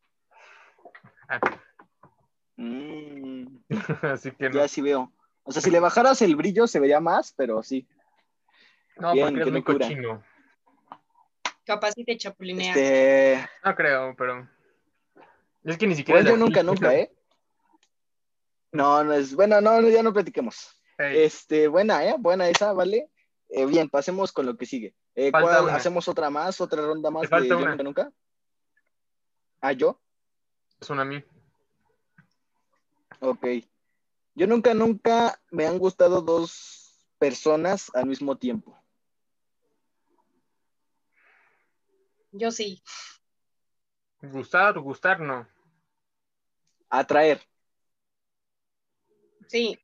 Mm, Así que no. ya sí veo. O sea, si le bajaras el brillo se vería más, pero sí. No, bien, porque qué es muy locura. cochino. Capaz si te chapulinea. Este, No creo, pero... Es que ni siquiera... pues es yo así. nunca, nunca, ¿eh? No, no es, bueno, no, no, ya no platiquemos. Ey, Este, buena, ¿eh? Buena esa, ¿vale? Eh, bien, pasemos con lo que sigue. Eh, Falta ¿cuál- una. ¿Hacemos otra más, otra ronda más Te de falta Yo una. nunca, nunca? Ah, ¿yo? es una a mí. Ok. Yo nunca, nunca me han gustado dos personas al mismo tiempo. Yo sí. Gustar, gustar, no. Atraer. Sí.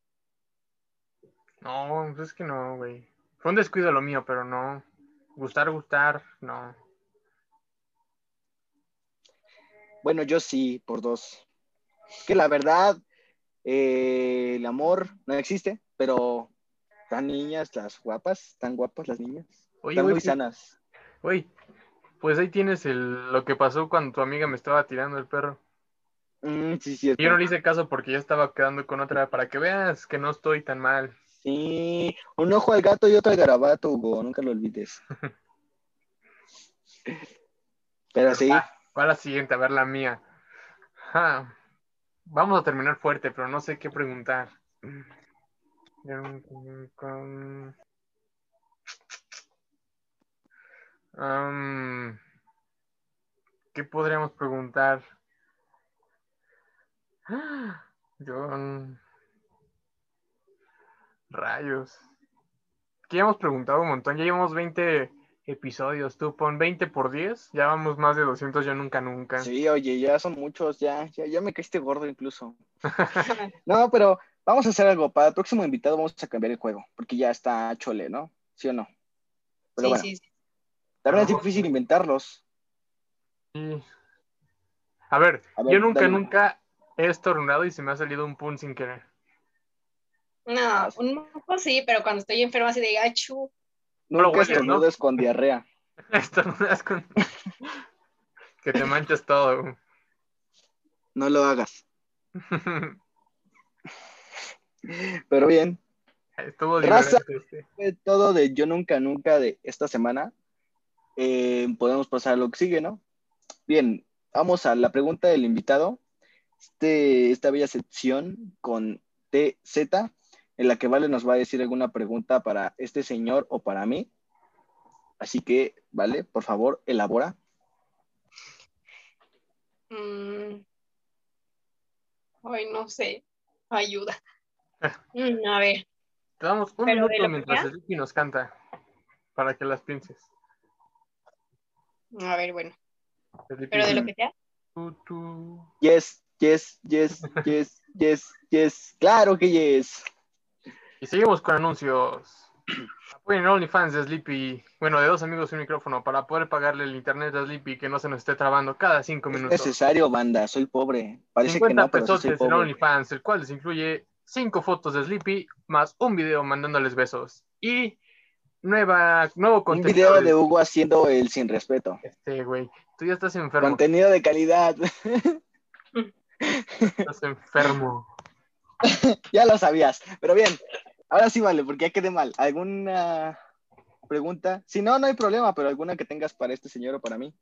No, pues es que no, güey. Fue un descuido lo mío, pero no. Gustar, gustar, no. Bueno, yo sí, por dos. Que la verdad, eh, el amor no existe, pero tan niñas, las guapas, tan guapas las niñas. Oye, Están güey, muy pues- sanas. güey, pues ahí tienes el, lo que pasó cuando tu amiga me estaba tirando el perro. Mm, sí, cierto. Y yo no le hice caso porque ya estaba quedando con otra, para que veas que no estoy tan mal. Sí, un ojo al gato y otro al garabato, Hugo, nunca lo olvides. Pero sí, Va, va la siguiente, a ver la mía. Ja. Vamos a terminar fuerte, pero no sé qué preguntar. Am, ¿Qué podríamos preguntar? Yo... mm, Rayos. Que ya hemos preguntado un montón, ya llevamos 20 episodios, tú pon 20 por 10, ya vamos más de 200, yo nunca, nunca. sí, oye, ya son muchos, ya, ya, ya me caíste gordo incluso. No, pero vamos a hacer algo. Para el próximo invitado vamos a cambiar el juego, porque ya está chole, ¿no? ¿Sí o no? Pero sí, bueno, sí, sí. también es difícil inventarlos. Sí. Mm. A ver, A ver, yo nunca, dale. nunca he estornudado y se me ha salido un pun sin querer. No, un poco sí, pero cuando estoy enferma así de gachu. No lo Nunca hueles, ¿no? estornudes con diarrea. Estornudas con- que te manchas todo. güey. No lo hagas. Pero bien, Estuvo Raza. divertido. este. fue todo de Yo Nunca Nunca de esta semana. Eh, podemos pasar a lo que sigue, ¿no? Bien, vamos a la pregunta del invitado. Este, esta bella sección con TZ, en la que Vale nos va a decir alguna pregunta para este señor o para mí. Así que, Vale, por favor, elabora. Mm. Ay, no sé. Ayuda. Ah. Mm, a ver. Te damos un Pero de minuto lo mientras que el Ricky nos canta para que las pinces. A ver, bueno. El Ricky, Pero de lo que sea. tú, tú. Yes, yes, yes, yes, yes, yes. Claro que yes. Y seguimos con anuncios. Apoyen a OnlyFans de Sleepy. Bueno, de dos amigos y un micrófono para poder pagarle el internet a Sleepy que no se nos esté trabando cada cinco Es minutos. necesario, banda. Soy pobre. Parece que 50 no, pero sí pesos soy en pobre. OnlyFans, el cual les incluye 5 fotos de Sleepy más un video mandándoles besos. Y nueva, nuevo Un contenido. video de Hugo haciendo el sin respeto. Este, güey, tú ya estás enfermo. Contenido de calidad. Estás enfermo. ya lo sabías. Pero bien, ahora sí vale, porque ya quedé mal. ¿Alguna pregunta? Si no, no hay problema, pero alguna que tengas para este señor o para mí.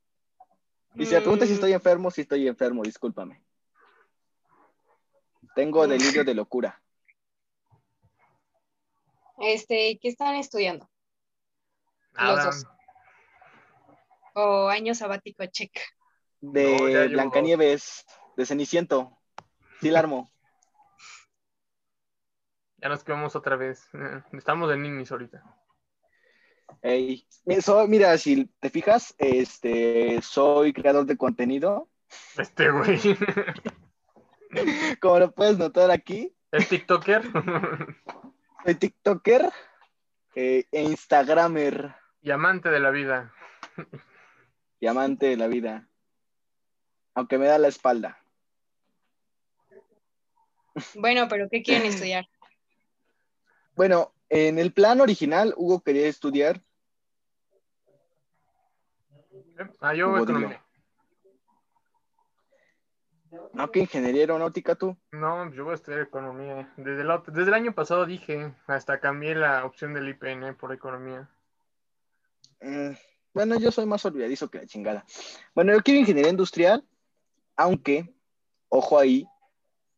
Y si me preguntas si Mm, estoy enfermo, si estoy enfermo, discúlpame. Mm. Tengo delirio de locura. Este, ¿qué están estudiando? Nada. dos. O año sabático checa. De No, ya llevo Blancanieves, de Ceniciento. Sí, la armo. Ya nos quedamos otra vez. Eh, Estamos de ninis ahorita. Ey, eso, mira, si te fijas, este, soy creador de contenido. Este, güey. Como lo puedes notar aquí, ¿Es TikToker? soy TikToker eh, e Instagramer, y amante de la vida. y amante de la vida. Aunque me da la espalda. Bueno, pero ¿qué quieren estudiar? Bueno, en el plan original, Hugo quería estudiar. Ah, yo Hugo, economía. Aunque ingeniería aeronáutica tú. No, yo voy a estudiar economía. Desde el, ot- desde el año pasado dije, hasta cambié la opción del IPN por economía. Mm, Bueno, yo soy más olvidadizo que la chingada. Bueno, yo quiero ingeniería industrial, aunque, ojo ahí,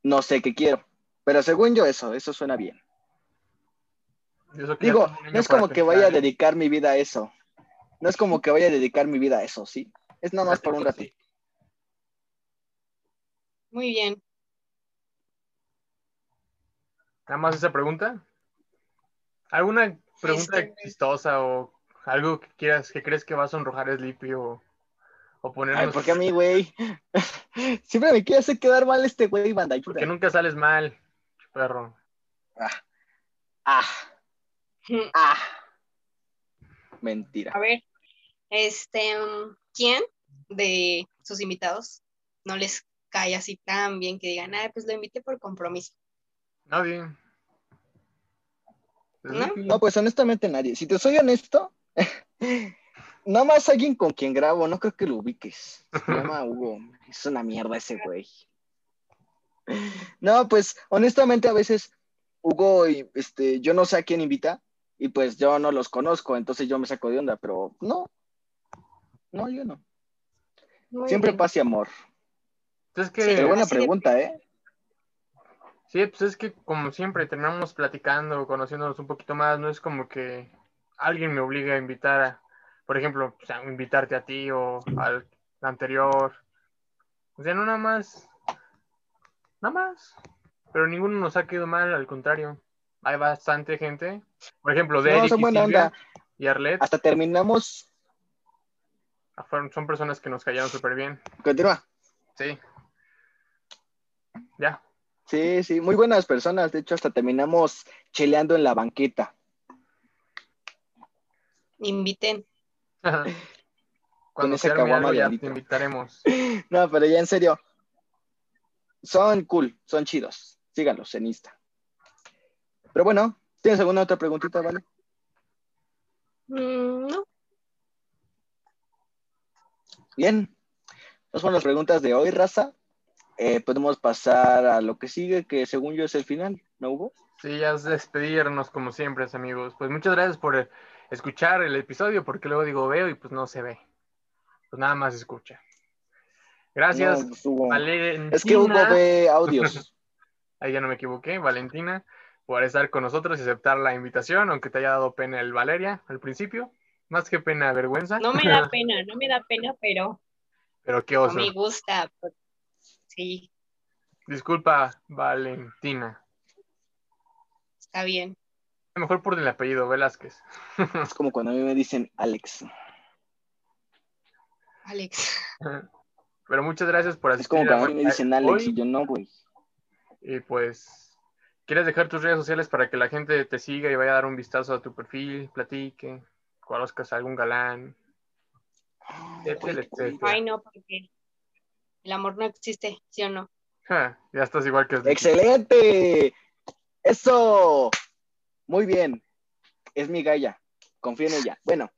no sé qué quiero. Pero según yo, eso, eso suena bien. Y eso que ya Digo, tengo un año no es para como que vaya a pensar. dedicar mi vida a eso. No es como que vaya a dedicar mi vida a eso, ¿sí? Es nada más por un ratito. Muy bien. Nada más esa pregunta. ¿Alguna pregunta Este- chistosa o algo que quieras, que crees que va a sonrojar a Sleepy o, o ponernos? Ay, ¿por qué a mí, güey? Siempre me quiere hacer quedar mal este güey, banda. ayuda. Porque nunca sales mal, perro. Ah, Mm, ah. Mentira. A ver. Este, mm, ¿quién de sus invitados no les cae así tan bien que digan, ah, pues lo invité por compromiso? Nadie. Sleepy. No, pues honestamente nadie. Si te soy honesto, nada más alguien con quien grabo, no creo que lo ubiques. Se llama Hugo. Es una mierda ese güey. No, pues honestamente a veces Hugo, y, este, yo no sé a quién invita y pues yo no los conozco, entonces yo me saco de onda, pero no. No, yo no. Muy Siempre bien. paz y amor. Es que, Pero buena Así de- pregunta, ¿eh? sí, pues es que como siempre terminamos platicando, conociéndonos un poquito más, no es como que alguien me obliga a invitar a, por ejemplo, o sea, invitarte a ti o al anterior. O sea, no nada más, nada más. Pero ninguno nos ha quedado mal, al contrario. Hay bastante gente. Por ejemplo, de No, Eric son y buena Silvia onda. y Arlet Hasta terminamos. Ah. fueron- son personas que nos cayeron súper bien. Continúa. Sí. Ya. Sí, sí, muy buenas personas. De hecho, hasta terminamos cheleando en la banqueta. Inviten. Cuando esa se arme caguama algo de ya alito. te invitaremos. No, pero ya en serio. Son cool, son chidos. Síganlos en Insta. Pero bueno, ¿tienes alguna otra preguntita, vale? Mm, no. Bien, esas son las preguntas de hoy, raza. Eh, podemos pasar a lo que sigue, que según yo es el final, ¿no Hugo? Sí, ya es despedirnos como siempre, amigos. Pues muchas gracias por eh, escuchar el episodio, porque luego digo veo y pues no se ve. Pues nada más escucha. Gracias, No, pues, Hugo. Valentina. Es que Hugo ve audios. Ahí ya no me equivoqué, Valentina, por estar con nosotros y aceptar la invitación, aunque te haya dado pena el Valeria al principio. Más que pena, vergüenza. No me da pena, no me da pena, pero Pero qué no oso. me gusta. pues, Sí, Disculpa, Valentina. está bien. A lo Mejor por el apellido, Velázquez. Es como cuando a mí me dicen Alex. Alex, Pero muchas gracias por Es asistir. como cuando a- a mí me dicen Alex hoy. y yo no, güey. Y pues, ¿quieres dejar tus redes sociales para que la gente te siga y vaya a dar un vistazo a tu perfil, platique, conozcas a algún galán, etcétera, ay etcétera? no, porque el amor no existe, ¿sí o no? Ja, ya estás igual que... ¡Excelente! ¡Eso! Muy bien. Es mi galla. Confío en ella. Bueno,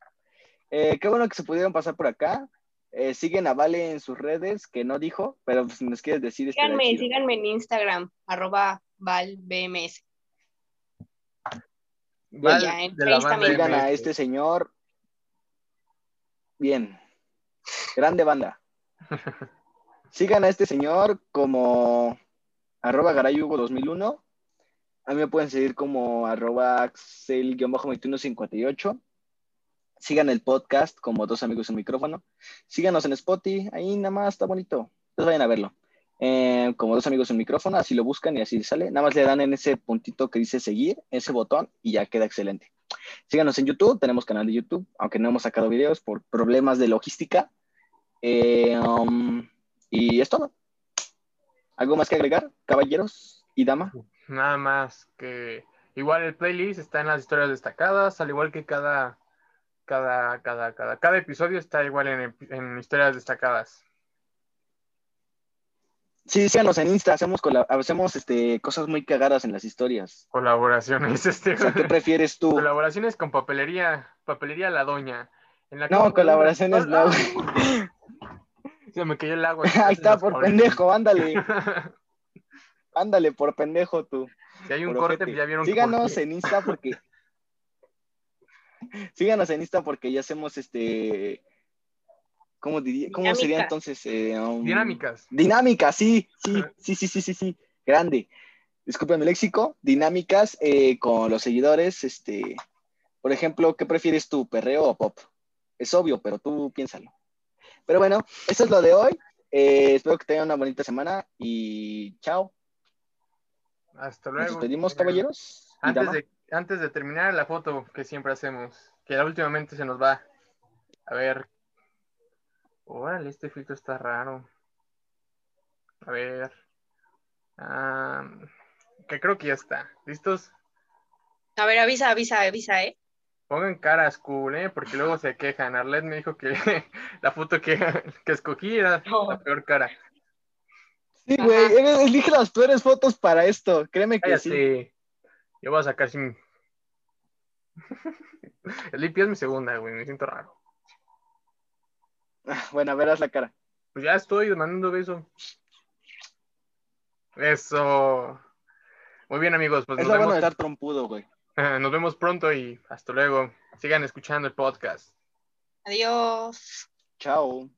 eh, qué bueno que se pudieron pasar por acá. Eh, siguen a Vale en sus redes, que no dijo, pero pues, si nos quieres decir, estaría Síganme, chido. síganme en Instagram, arroba valbms. Val Ya, en de la Face banda también. Pues Sigan a MS. este señor. Bien. Grande banda. Sigan a este señor como arroba garayugo 2001. A mí me pueden seguir como arroba axel-2158. Sigan el podcast como dos amigos en micrófono. Síganos en Spotify. Ahí nada más está bonito. Entonces vayan a verlo. Eh, como dos amigos en micrófono, así lo buscan y así sale. Nada más le dan en ese puntito que dice seguir, ese botón, y ya queda excelente. Síganos en YouTube, tenemos canal de YouTube, aunque no hemos sacado videos por problemas de logística. Eh, um, y es todo. ¿Algo más que agregar, caballeros y dama? Nada más que igual el playlist está en las historias destacadas, al igual que cada cada cada cada cada episodio está igual en, en historias destacadas. Sí, síganos en Insta, hacemos, cola- hacemos este, cosas muy cagadas en las historias. Colaboraciones este O sea, ¿qué prefieres tú? colaboraciones con papelería, papelería la doña. En la No, compra de colaboraciones unas- no, Se me cayó el agua. Ahí está, por pendejo, ándale, si ándale, por pendejo tú. hay un por corte, ojete. pues ya vieron que Síganos por qué. en Insta porque. Síganos en Insta porque ya hacemos este. ¿Cómo, diría- cómo sería Dinámicas. entonces? Eh, um, dinámicas. Dinámicas, sí, sí, Ajá. sí, sí, sí, sí, sí. Grande. Disculpen mi léxico. Dinámicas eh, con los seguidores. Este, por ejemplo, ¿qué prefieres tú, perreo o pop? Es obvio, pero tú piénsalo. Pero bueno, eso es lo de hoy. Eh, espero que tengan una bonita semana y chao. Hasta Nos luego. despedimos, caballeros. y Antes damas. de, antes de terminar la foto que siempre hacemos, que ya últimamente se nos va. A ver. Órale, este filtro está raro. A ver. Ah, que creo que ya está. ¿Listos? A ver, avisa, avisa, avisa, ¿eh? Pongan caras cool, ¿eh? Porque luego se quejan. Arlet me dijo que la foto que, que escogí era la No. peor cara. Sí, Ajá. güey, eres- elige las peores fotos para esto, créeme que sí. Cállate. Yo voy a sacar sin. Limpia es mi segunda, güey. Me siento raro. Bueno, verás la cara. Pues ya estoy mandando beso. Eso. Muy bien, amigos. Pues Es nos lo bueno vemos, de estar trompudo, güey. nos vemos pronto y hasta luego. Sigan escuchando el podcast. Adiós. Chao.